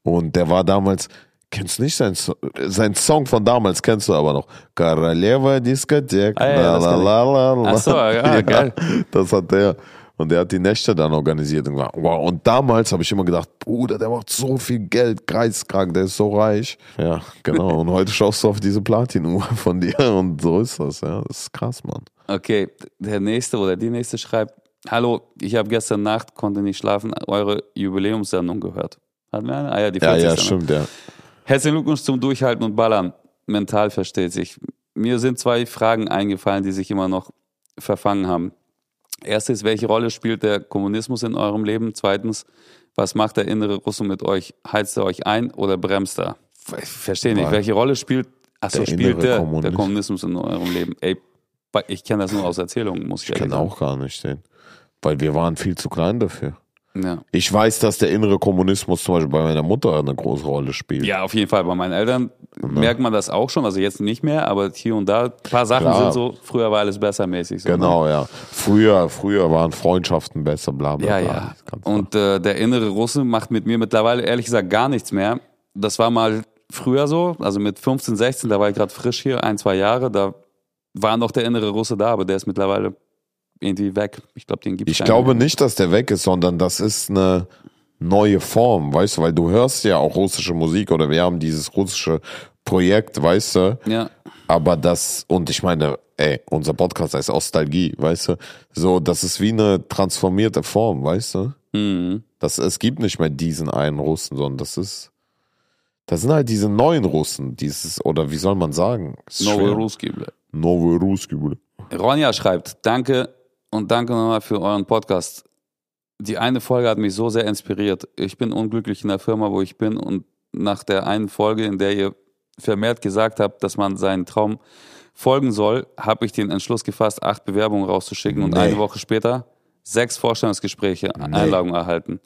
Und der war damals. Kennst nicht sein, So- sein Song von damals, kennst du aber noch. Karaleva Diskothek.
Ah, ja, das
la,
kenn ich.
la, la, la, la.
Ach so,
[LAUGHS]
ja, geil.
Das hat der. Und der hat die Nächte dann organisiert. Und, war, wow. und damals habe ich immer gedacht, Bruder, der macht so viel Geld, geisteskrank, der ist so reich. Ja, [LAUGHS] genau. Und heute schaust du auf diese Platinuhr [LAUGHS] von dir und so ist das. Ja, das ist krass, Mann.
Okay, der nächste oder die nächste schreibt: Hallo, ich habe gestern Nacht, konnte nicht schlafen, eure Jubiläumssendung gehört. Hatten wir eine? Ah ja, die
Ja,
40.
ja,
ne?
stimmt, ja.
Herzlichen Glückwunsch zum Durchhalten und Ballern. Mental versteht sich. Mir sind zwei Fragen eingefallen, die sich immer noch verfangen haben. Erstens, welche Rolle spielt der Kommunismus in eurem Leben? Zweitens, was macht der innere Russe mit euch? Heizt er euch ein oder bremst er? Ich verstehe nicht,
Weil-
welche Rolle spielt, ach so,
Der
spielt
innere
der, der
Kommunist.
Kommunismus in eurem Leben? Ey, ich kenne das nur aus Erzählungen, muss ich,
Ich
ehrlich
kenne auch gar nicht den. Weil wir waren viel zu klein dafür.
sagen.
Ich weiß, dass der innere Kommunismus zum Beispiel bei meiner Mutter eine große Rolle
Ja.
spielt.
ja, auf jeden Fall. Bei meinen Eltern merkt man das auch schon, also jetzt nicht mehr, aber hier und da, ein paar Sachen
Klar.
sind so, früher war alles besser mäßig. So, ne?
Genau, ja. Früher, früher waren Freundschaften besser, bla bla
Ja,
bla.
ja.
Das kann-
Und äh, der innere Russe macht mit mir mittlerweile ehrlich gesagt gar nichts mehr. Das war mal früher so, also mit 15, 16, da war ich gerade frisch hier, ein, zwei Jahre, da war noch der innere Russe da, aber der ist mittlerweile irgendwie weg. Ich glaube, den gibt es
Ich glaube nicht, dass der weg ist, sondern das ist eine neue Form, weißt du, weil du hörst ja auch russische Musik oder wir haben dieses russische Projekt, weißt du,
Ja,
aber das, und ich meine, ey, unser Podcast heißt Ostalgie, weißt du, so, das ist wie eine transformierte Form, weißt du,
Mhm.
das, es gibt nicht mehr diesen einen Russen, sondern das ist, das sind halt diese neuen Russen, dieses, oder wie soll man sagen, Ist schwer.
Novorusski.
Novo Ruski, Bruder.
Ronja schreibt, danke und danke nochmal für euren Podcast. Die eine Folge hat mich so sehr inspiriert. Ich bin unglücklich in der Firma, wo ich bin und nach der einen Folge, in der ihr vermehrt gesagt habt, dass man seinen Traum folgen soll, habe ich den Entschluss gefasst, acht Bewerbungen rauszuschicken und
Nee.
eine Woche später sechs Vorstellungsgespräche, Einladungen erhalten.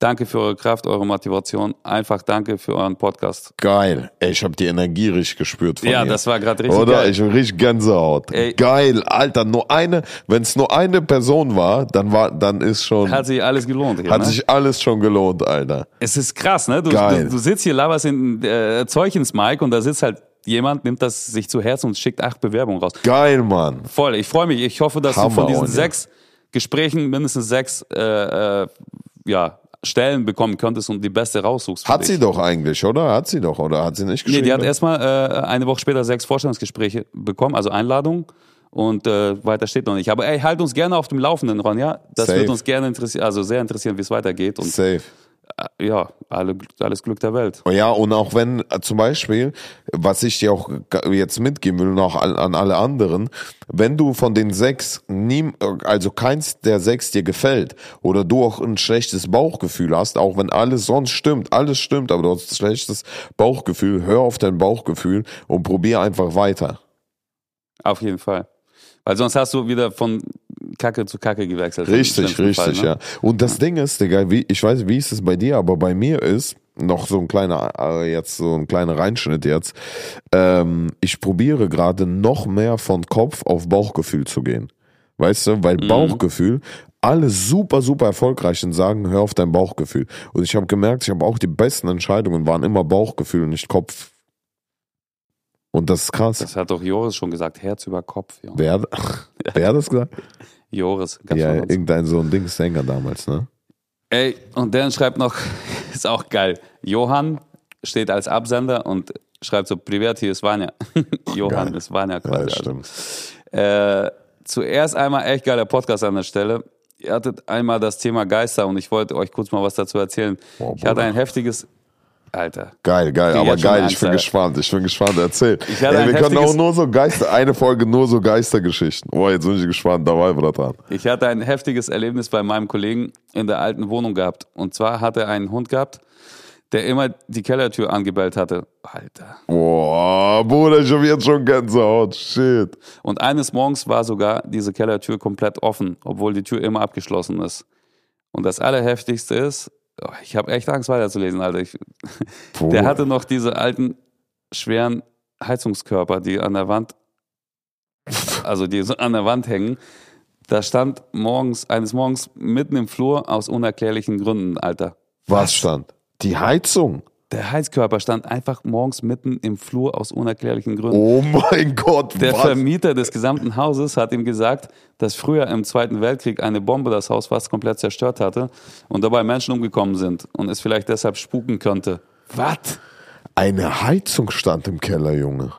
Danke für eure Kraft, eure Motivation. Einfach danke für euren Podcast.
Geil. Ey, ich habe die Energie richtig gespürt von
ja,
ihr.
das war gerade richtig
Oder?
geil.
Ich hab richtig Gänsehaut.
Ey.
Geil, Alter. Nur eine, wenn es nur eine Person war, dann war, dann ist schon,
hat
hat,
sich alles gelohnt. Hier, ne?
sich alles schon gelohnt, Alter.
Es ist krass, ne? Du,
Geil.
du, du sitzt hier, laberst in äh, Zeug ins Mike und da sitzt halt jemand, nimmt das sich zu Herzen und schickt acht Bewerbungen raus.
Geil, Mann.
Voll, ich freue mich. Ich hoffe, dass du von
Hammer,
diesen
Ronja.
sechs Gesprächen mindestens sechs äh, äh, ja, Stellen bekommen könntest und die beste raussuchst. für
Hat
dich.
sie doch eigentlich, oder? Hat sie doch, oder hat sie nicht
Nee,
geschrieben?
die hat erstmal äh, eine Woche später sechs Vorstellungsgespräche bekommen, also Einladungen. Und äh, weiter steht noch nicht. Aber ey, halt uns gerne auf dem Laufenden, Ronja. Das
Safe.
wird uns gerne interessieren, also sehr interessieren, wie es weitergeht. Und
Safe.
äh, ja, alle, alles Glück der Welt.
Ja, und auch wenn äh, zum Beispiel, was ich dir auch g- jetzt mitgeben will und auch an, an alle anderen, wenn du von den sechs, niem, äh, also keins der sechs dir gefällt oder du auch ein schlechtes Bauchgefühl hast, auch wenn alles sonst stimmt, alles stimmt, aber du hast ein schlechtes Bauchgefühl, hör auf dein Bauchgefühl und probier einfach weiter.
Auf jeden Fall. Weil sonst hast du wieder von Kacke zu Kacke gewechselt. Im
Richtig,
schlimmsten
richtig,
Fall, ne?
ja. Und das Ding ist, Digga, wie, ich weiß, wie ist es bei dir, aber bei mir ist noch so ein kleiner, äh, jetzt so ein kleiner Reinschnitt jetzt. Ähm, ich probiere gerade noch mehr von Kopf auf Bauchgefühl zu gehen. Weißt du, weil
Mhm.
Bauchgefühl, alle super, super erfolgreichen sagen, hör auf dein Bauchgefühl. Und ich habe gemerkt, ich habe auch die besten Entscheidungen waren immer Bauchgefühl und nicht Kopf. Und das ist krass.
Das hat doch Joris schon gesagt, Herz über Kopf. Junge.
wer,
[LAUGHS]
wer hat das gesagt?
Joris, ganz
Ja,
ja,
irgendein so ein Ding, Sänger damals, ne?
Ey, und dann schreibt noch, [LAUGHS] ist auch geil, Johann steht als Absender und schreibt so, Privat, hier ist Vanya. [LAUGHS] Johann
Geil.
ist Vanya
Ja,
quasi.
das
also.
stimmt.
Äh, zuerst einmal echt geiler Podcast an der Stelle. Ihr hattet einmal das Thema Geister und ich wollte euch kurz mal was dazu erzählen.
Boah,
ich hatte
Bruder.
ein heftiges... Alter,
Geil, geil,
Krieg
aber
jetzt schon
geil,
Angst,
ich bin
Alter.
gespannt, ich bin gespannt, erzähl.
Ich hatte
Ey,
ein
wir können
heftiges-
auch nur so Geister, eine Folge nur so Geistergeschichten. Boah, jetzt bin ich gespannt, dabei, Bratan.
Ich hatte ein heftiges Erlebnis bei meinem Kollegen in der alten Wohnung gehabt. Und zwar hat er einen Hund gehabt, der immer die Kellertür angebellt hatte. Alter.
Boah, Bruder, ich hab jetzt schon Gänsehaut, shit.
Und eines Morgens war sogar diese Kellertür komplett offen, obwohl die Tür immer abgeschlossen ist. Und das Allerheftigste ist, oh, ich habe echt Angst weiterzulesen, Alter. Ich,
Puh.
der hatte noch diese alten, schweren Heizungskörper, die an der Wand, also die so an der Wand hängen. Da stand morgens, eines Morgens mitten im Flur aus unerklärlichen Gründen, Alter.
Was stand? Die Heizung.
Der Heizkörper stand einfach morgens mitten im Flur aus unerklärlichen Gründen.
Oh mein Gott,
Der
was?
Vermieter des gesamten Hauses hat ihm gesagt, dass früher im Zweiten Weltkrieg eine Bombe das Haus fast komplett zerstört hatte und dabei Menschen umgekommen sind und es vielleicht deshalb spuken könnte. Was?
Eine Heizung stand im Keller, Junge.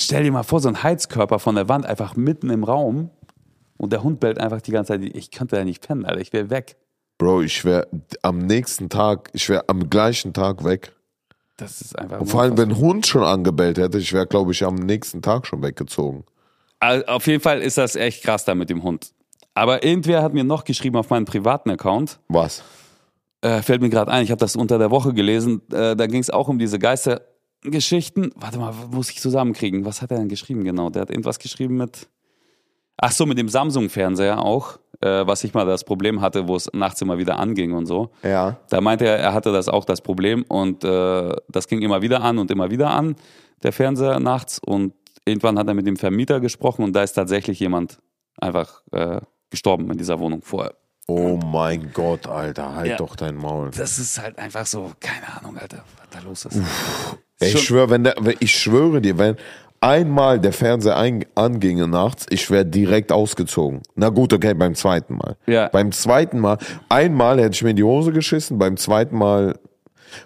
Stell dir mal vor, so ein Heizkörper von der Wand einfach mitten im Raum und der Hund bellt einfach die ganze Zeit. Ich könnte da nicht pennen, Alter, ich wäre weg.
Bro, ich wäre am nächsten Tag, ich wäre am gleichen Tag weg.
Das ist einfach.
Und vor allem, wenn Hund schon angebellt hätte, ich wäre, glaube ich, am nächsten Tag schon weggezogen.
Also auf jeden Fall ist das echt krass da mit dem Hund. Aber irgendwer hat mir noch geschrieben auf meinen privaten Account,
Was?
äh, fällt mir gerade ein, ich habe das unter der Woche gelesen, äh, da ging es auch um diese Geistergeschichten. Warte mal, muss ich zusammenkriegen? Was hat er denn geschrieben genau? Der hat irgendwas geschrieben mit, ach so, mit dem Samsung-Fernseher auch, äh, was ich mal das Problem hatte, wo es nachts immer wieder anging und so.
Ja.
Da meinte er, er hatte das auch das Problem und äh, das ging immer wieder an und immer wieder an, der Fernseher nachts. Und irgendwann hat er mit dem Vermieter gesprochen und da ist tatsächlich jemand einfach äh, gestorben in dieser Wohnung vorher.
Oh mein Gott, Alter, halt
Ja.
doch dein Maul.
Das ist halt einfach so, keine Ahnung, Alter, was da los ist.
Ey,
Schon-
ich, schwör, wenn der, wenn- ich schwöre dir, wenn einmal der Fernseher ein, anginge nachts, ich wäre direkt ausgezogen. Na gut, okay, beim zweiten Mal.
Ja.
Beim zweiten Mal, einmal hätte ich mir in die Hose geschissen, beim zweiten Mal,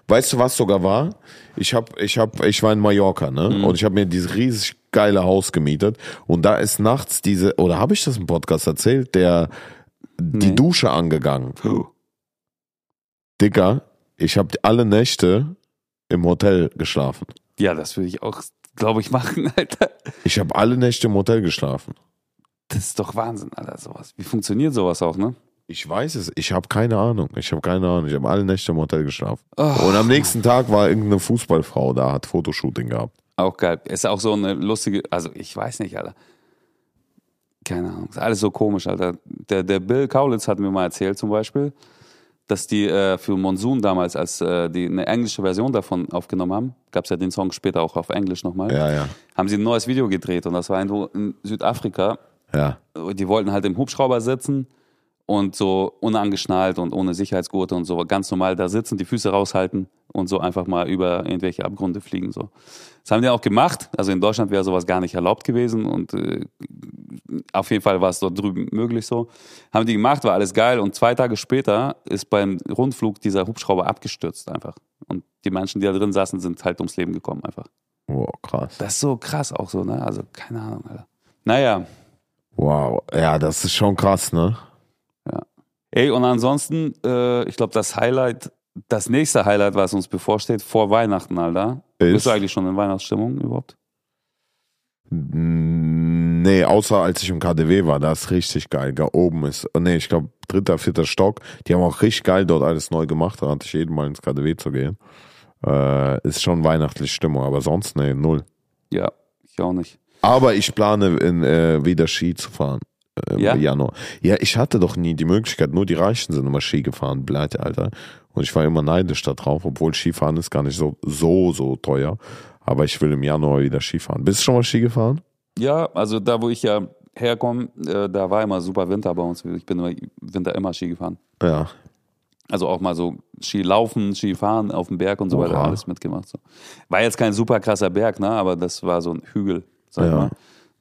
weißt du was sogar war? Ich hab, ich hab, ich war in Mallorca, ne?
Mhm.
Und ich habe mir dieses riesig geile Haus gemietet und da ist nachts diese, oder habe ich das im Podcast erzählt, der, die
Nee.
Dusche angegangen. Dicker, ich habe alle Nächte im Hotel geschlafen.
Ja, das würde ich auch, glaube ich, [LAUGHS] machen, Alter.
Ich habe alle Nächte im Hotel geschlafen.
Das ist doch Wahnsinn, Alter, sowas. Wie funktioniert sowas auch, ne?
Ich weiß es, ich habe keine Ahnung. Ich habe keine Ahnung. Ich habe alle Nächte im Hotel geschlafen.
Ach.
Und am nächsten Tag war irgendeine Fußballfrau da, hat Fotoshooting gehabt.
Auch geil. Ist auch so eine lustige, also ich weiß nicht, Alter. Keine Ahnung. Ist alles so komisch, Alter. Der, der Bill Kaulitz hat mir mal erzählt zum Beispiel, dass die äh, für Monsoon damals, als äh, die eine englische Version davon aufgenommen haben, gab es ja den Song später auch auf Englisch nochmal,
Ja, ja,
haben sie ein neues Video gedreht und das war irgendwo in Südafrika
ja.
die wollten halt im Hubschrauber sitzen und so unangeschnallt und ohne Sicherheitsgurte und so ganz normal da sitzen, die Füße raushalten und so einfach mal über irgendwelche Abgründe fliegen. So. Das haben die auch gemacht. Also in Deutschland wäre sowas gar nicht erlaubt gewesen und äh, auf jeden Fall war es dort drüben möglich so. Haben die gemacht, war alles geil und zwei Tage später ist beim Rundflug dieser Hubschrauber abgestürzt einfach. Und die Menschen, die da drin saßen, sind halt ums Leben gekommen einfach.
Wow, krass.
Das ist so krass auch so, ne? Also keine Ahnung, Alter. Naja,
Wow. Ja, das ist schon krass, ne?
Ey, und ansonsten, äh, ich glaube, das Highlight, das nächste Highlight, was uns bevorsteht, vor Weihnachten, Alter.
Ist-
Bist du eigentlich schon in Weihnachtsstimmung überhaupt?
Mm, Nee, außer als ich im KDW war, da ist richtig geil. Da oben ist, oh, nee, ich glaube, dritter, vierter Stock. Die haben auch richtig geil dort alles neu gemacht. Da hatte ich jeden Mal ins KDW zu gehen. Äh, ist schon weihnachtliche Stimmung, aber sonst, nee, null.
Ja, ich auch nicht.
Aber ich plane in, äh, wieder Ski zu fahren. Äh, Im
Ja?
Januar. Ja, ich hatte doch nie die Möglichkeit, nur die Reichen sind immer Ski gefahren, bleibt, Alter. Und ich war immer neidisch da drauf, obwohl Skifahren ist gar nicht so, so, so teuer. Aber ich will im Januar wieder Skifahren. Bist du schon mal Ski gefahren?
Ja, also da, wo ich ja herkomme, äh, da war immer super Winter bei uns. Ich bin im Winter immer Ski gefahren.
Ja.
Also auch mal so Ski laufen, Ski fahren auf dem Berg und so weiter,
Oha.
alles mitgemacht. So. War jetzt kein super krasser Berg, ne? aber das war so ein Hügel, sag ich
Ja.
mal.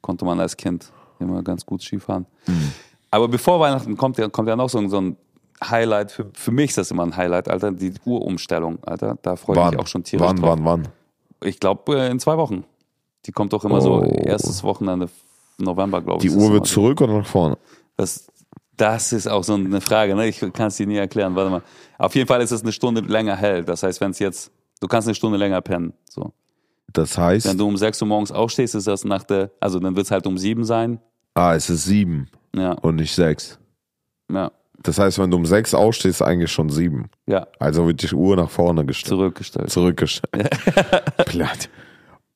Konnte man als Kind immer ganz gut Ski fahren.
Mhm.
Aber bevor Weihnachten kommt, ja- kommt ja noch so ein, so ein Highlight. Für, für mich ist das immer ein Highlight, Alter. Die Uhrumstellung, Alter. Da freue ich
Wann?
mich auch schon tierisch
wann,
drauf.
wann, wann?
Ich glaube, in zwei Wochen. Die kommt doch immer so
Oh.
erstes Wochenende November, glaube
Die
ich. ist
Uhr
das
wird
immer.
zurück oder nach vorne?
Das, das ist auch so eine Frage, ne? Ich kann es dir nie erklären. Warte mal. Auf jeden Fall ist es eine Stunde länger hell. Das heißt, wenn es jetzt, du kannst eine Stunde länger pennen. So.
Das heißt,
Wenn du um 6 Uhr morgens aufstehst, ist das nach der, also dann wird es halt um 7 sein.
ah, es ist sieben
Ja,
und nicht sechs.
ja,
Das heißt, wenn du um sechs aufstehst, eigentlich schon sieben.
ja,
Also wird die Uhr nach vorne gestellt.
zurückgestellt. [LAUGHS]
Zurückgestellt. Platt.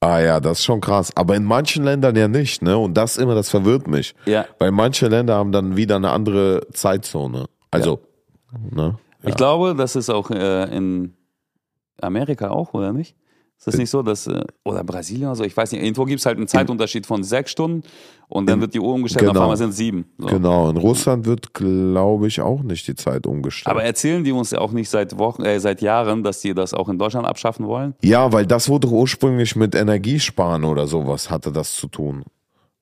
Ah ja, das ist schon krass. Aber in manchen Ländern ja nicht, ne? Und das immer, das verwirrt mich.
Ja.
Weil manche Länder haben dann wieder eine andere Zeitzone. Also, ne?
Ich glaube, das ist auch äh, in Amerika auch, oder nicht? Ist das nicht so, dass, äh, oder Brasilien oder so, ich weiß nicht, irgendwo gibt es halt einen Zeitunterschied von sechs Stunden und dann wird die Uhr umgestellt und
genau.
auf einmal sind es sieben. So.
Genau, in Russland wird, glaube ich, auch nicht die Zeit umgestellt.
Aber erzählen die uns ja auch nicht seit Wochen, äh, seit Jahren, dass die das auch in Deutschland abschaffen wollen?
ja, weil das wurde ursprünglich mit Energiesparen oder sowas, hatte das zu tun.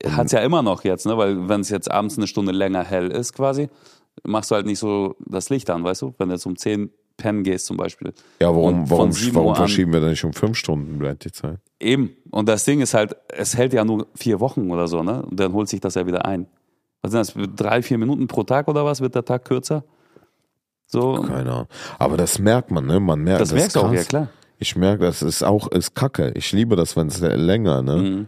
Ähm.
Hat es ja immer noch jetzt, ne? Weil wenn es jetzt abends eine Stunde länger hell ist quasi, machst du halt nicht so das Licht an, weißt du? Wenn du jetzt um 10 pennen gehst zum Beispiel.
Ja, warum,
Und von
warum,
7 Uhr
warum
an-
verschieben wir denn nicht um fünf Stunden bleibt die Zeit?
Eben. Und das Ding ist halt, es hält ja nur vier Wochen oder so, ne? Und dann holt sich das ja wieder ein. Was sind das? Drei, vier Minuten pro Tag oder was? Wird der Tag kürzer? So.
Keine Ahnung. Aber das merkt man, ne? Man merkt
Das
ist
merkst du auch,
krass.
ja, klar.
Ich merke, das ist auch ist Kacke. Ich liebe das, wenn es länger, ne?
Mhm.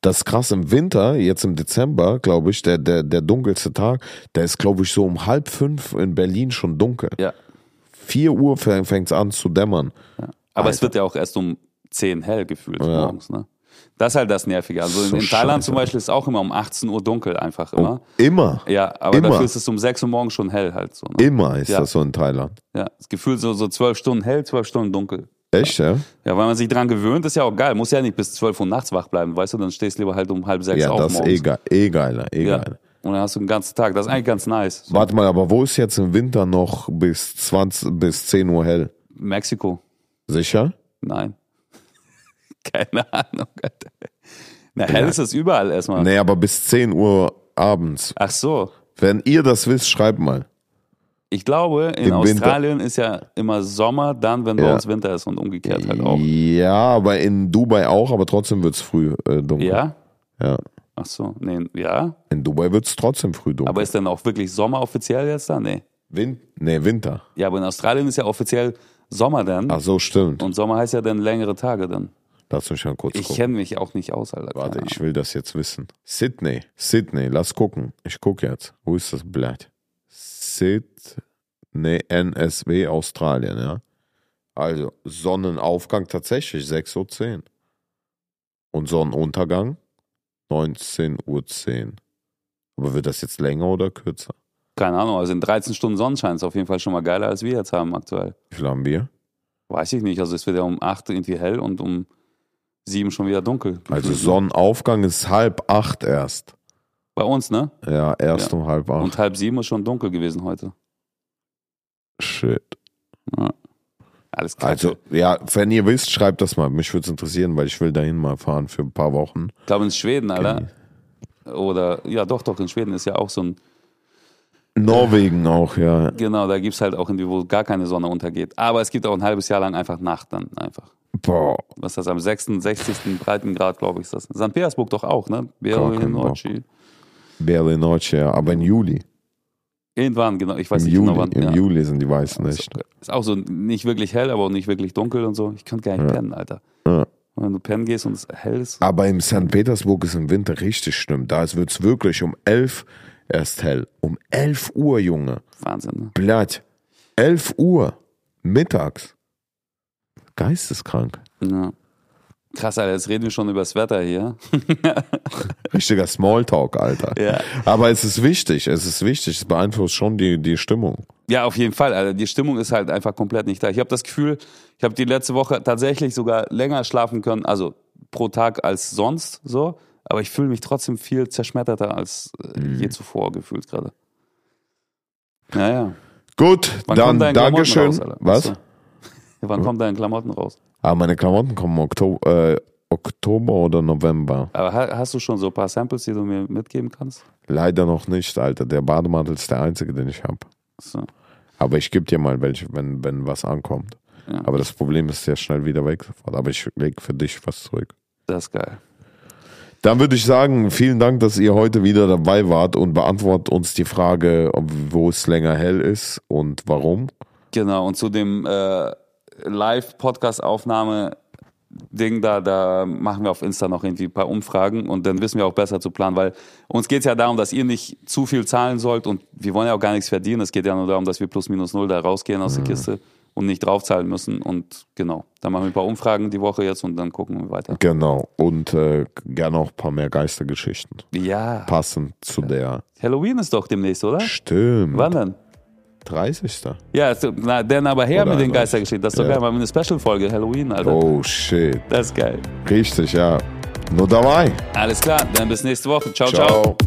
Das ist krass im Winter, jetzt im Dezember, glaube ich, der, der, der dunkelste Tag, der ist, glaube ich, so um halb fünf in Berlin schon dunkel.
Ja.
Vier Uhr fängt es an zu dämmern.
Aber es
Alter.
wird ja auch erst um 10 hell gefühlt
Ja.
morgens, ne? Das ist halt das Nervige. Also in,
So
in Thailand
scheiße.
zum Beispiel ist auch immer um 18 Uhr dunkel einfach immer.
Immer.
Ja, aber
Immer.
dafür ist es um 6 Uhr morgens schon hell halt so. Ne?
Immer ist
Ja.
das so in Thailand.
Ja, das Gefühl so, so 12 Stunden hell, 12 Stunden dunkel.
Echt, ja?
Ja, weil man sich dran gewöhnt, ist ja auch geil. Muss ja nicht bis 12 Uhr nachts wach bleiben, weißt du? Dann stehst du lieber halt um halb sechs
Ja,
auf
das ist
morgens.
eh, ge eh geiler, eh
ja.
geiler.
Und dann hast du den ganzen Tag. Das ist eigentlich ganz nice. So,
Warte mal, aber wo ist jetzt im Winter noch bis 20, bis 10 Uhr hell?
Mexiko.
Sicher?
Nein. [LAUGHS] Keine Ahnung, Alter. Na, hell ist es überall erstmal.
Nee, aber bis 10 Uhr abends.
Ach so.
Wenn ihr das wisst, schreibt mal.
Ich glaube, in
Im Winter.
Australien ist ja immer Sommer, dann, wenn bei
Ja.
uns Winter ist und umgekehrt halt auch.
Ja, aber in Dubai auch, aber trotzdem wird's früh äh, dunkel.
Ja?
Ja.
Ach so. Nee, ja.
In Dubai wird's trotzdem früh dunkel.
Aber ist dann auch wirklich Sommer offiziell jetzt da? Nee.
Win nee, Winter.
Ja, aber in Australien ist ja offiziell Sommer dann.
Ach so, stimmt.
Und Sommer heißt ja dann längere Tage dann.
Lass mich mal kurz
Ich
gucken.
kenne mich auch nicht aus, Alter. Keine
Warte, ich
Ahnung.
will das jetzt wissen. Sydney, Sydney, lass gucken. Ich guck jetzt. Wo ist das Blatt? Sydney, NSW, Australien, ja. Also, Sonnenaufgang tatsächlich 6.10 Uhr. Und Sonnenuntergang 19.10 Uhr. Aber wird das jetzt länger oder kürzer?
Keine Ahnung, also in 13 Stunden Sonnenschein ist auf jeden Fall schon mal geiler, als wir jetzt haben aktuell.
Wie viel haben wir?
Weiß ich nicht, also es wird ja um 8 irgendwie hell und um 7 schon wieder dunkel.
Also Sonnenaufgang ist halb acht erst.
Bei uns, ne?
Ja, erst
Ja.
um halb
Und
acht.
halb 7 ist schon dunkel gewesen heute.
Shit.
Alles klar.
Also, ja, wenn ihr wisst, schreibt das mal. Mich würde es interessieren, weil ich will dahin mal fahren für ein paar Wochen.
Ich glaube in Schweden, Alter. Oder, ja doch, doch, in Schweden ist ja auch so ein,
Norwegen auch, ja.
genau, da gibt es halt auch irgendwie, wo gar keine Sonne untergeht. Aber es gibt auch ein halbes Jahr lang einfach Nacht dann einfach.
Boah,
Was ist das, am 66. Breitengrad, glaube ich, ist das. St. Petersburg doch auch, ne?
Gar keinen Bock.
Berlin,
Berlinoche, ja. Aber im Juli.
Irgendwann, genau, ich weiß
Im
nicht
Juli,
genau wann.
im
ja. Also,
Juli sind die Weißen nicht.
Ist auch so nicht wirklich hell, aber auch nicht wirklich dunkel und so. Ich könnte gar nicht pennen, Alter.
Ja.
Wenn du pennen gehst und es hell ist.
Aber im St. Petersburg ist im Winter richtig schlimm. Da wird es wirklich um elf erst hell. Um elf Uhr, Junge.
Wahnsinn, ne?
Blatt. Elf Uhr. Mittags. Geisteskrank.
ne? Ja. Krass, Alter, jetzt reden wir schon über das Wetter hier.
Richtiger Smalltalk, Alter.
Ja.
Aber es ist wichtig, es ist wichtig, es beeinflusst schon die, die Stimmung.
Ja, auf jeden Fall. Also die Stimmung ist halt einfach komplett nicht da. Ich habe das Gefühl, ich habe die letzte Woche tatsächlich sogar länger schlafen können, also pro Tag als sonst so. Aber ich fühle mich trotzdem viel zerschmetterter als äh,
Mhm.
je zuvor gefühlt gerade. Naja.
Gut,
Wann
dann
kommen deine Klamotten
Dankeschön.
raus, Alter?
Was?
Achso. [LAUGHS] Wann kommen deine Klamotten raus?
Ah, meine Klamotten kommen Oktober, äh, Oktober oder November.
Aber ha- hast du schon so ein paar Samples, die du mir mitgeben kannst?
Leider noch nicht, Alter. Der Bademantel ist der einzige, den ich habe.
So.
Aber ich gebe dir mal welche, wenn, wenn was ankommt.
Ja.
Aber das Problem ist sehr schnell wieder weg sofort. Aber ich lege für dich was zurück.
Das ist geil.
Dann würde ich sagen, vielen Dank, dass ihr heute wieder dabei wart und beantwortet uns die Frage, ob- wo es länger hell ist und warum.
Genau, und zu dem äh, Live-Podcast-Aufnahme-Ding da, da machen wir auf Insta noch irgendwie ein paar Umfragen und dann wissen wir auch besser zu planen, weil uns geht es ja darum, dass ihr nicht zu viel zahlen sollt und wir wollen ja auch gar nichts verdienen. Es geht ja nur darum, dass wir plus minus null da rausgehen aus der
Mhm.
Kiste und nicht draufzahlen müssen. Und genau, dann machen wir ein paar Umfragen die Woche jetzt und dann gucken wir weiter.
Genau. Und äh, gerne auch ein paar mehr Geistergeschichten.
Ja,
Passend zu der
Halloween ist doch demnächst, oder?
Stimmt.
Wann denn?
30.
Ja, so, na, dann aber her
Oder
mit den
einfach.
Geistergeschichten. Das ist doch
Ja.
geil. Mal eine Special-Folge, Halloween, Alter.
Oh shit.
Das ist geil.
Richtig, ja. Nur dabei.
Alles klar, dann bis nächste Woche. ciao. ciao.
Ciao.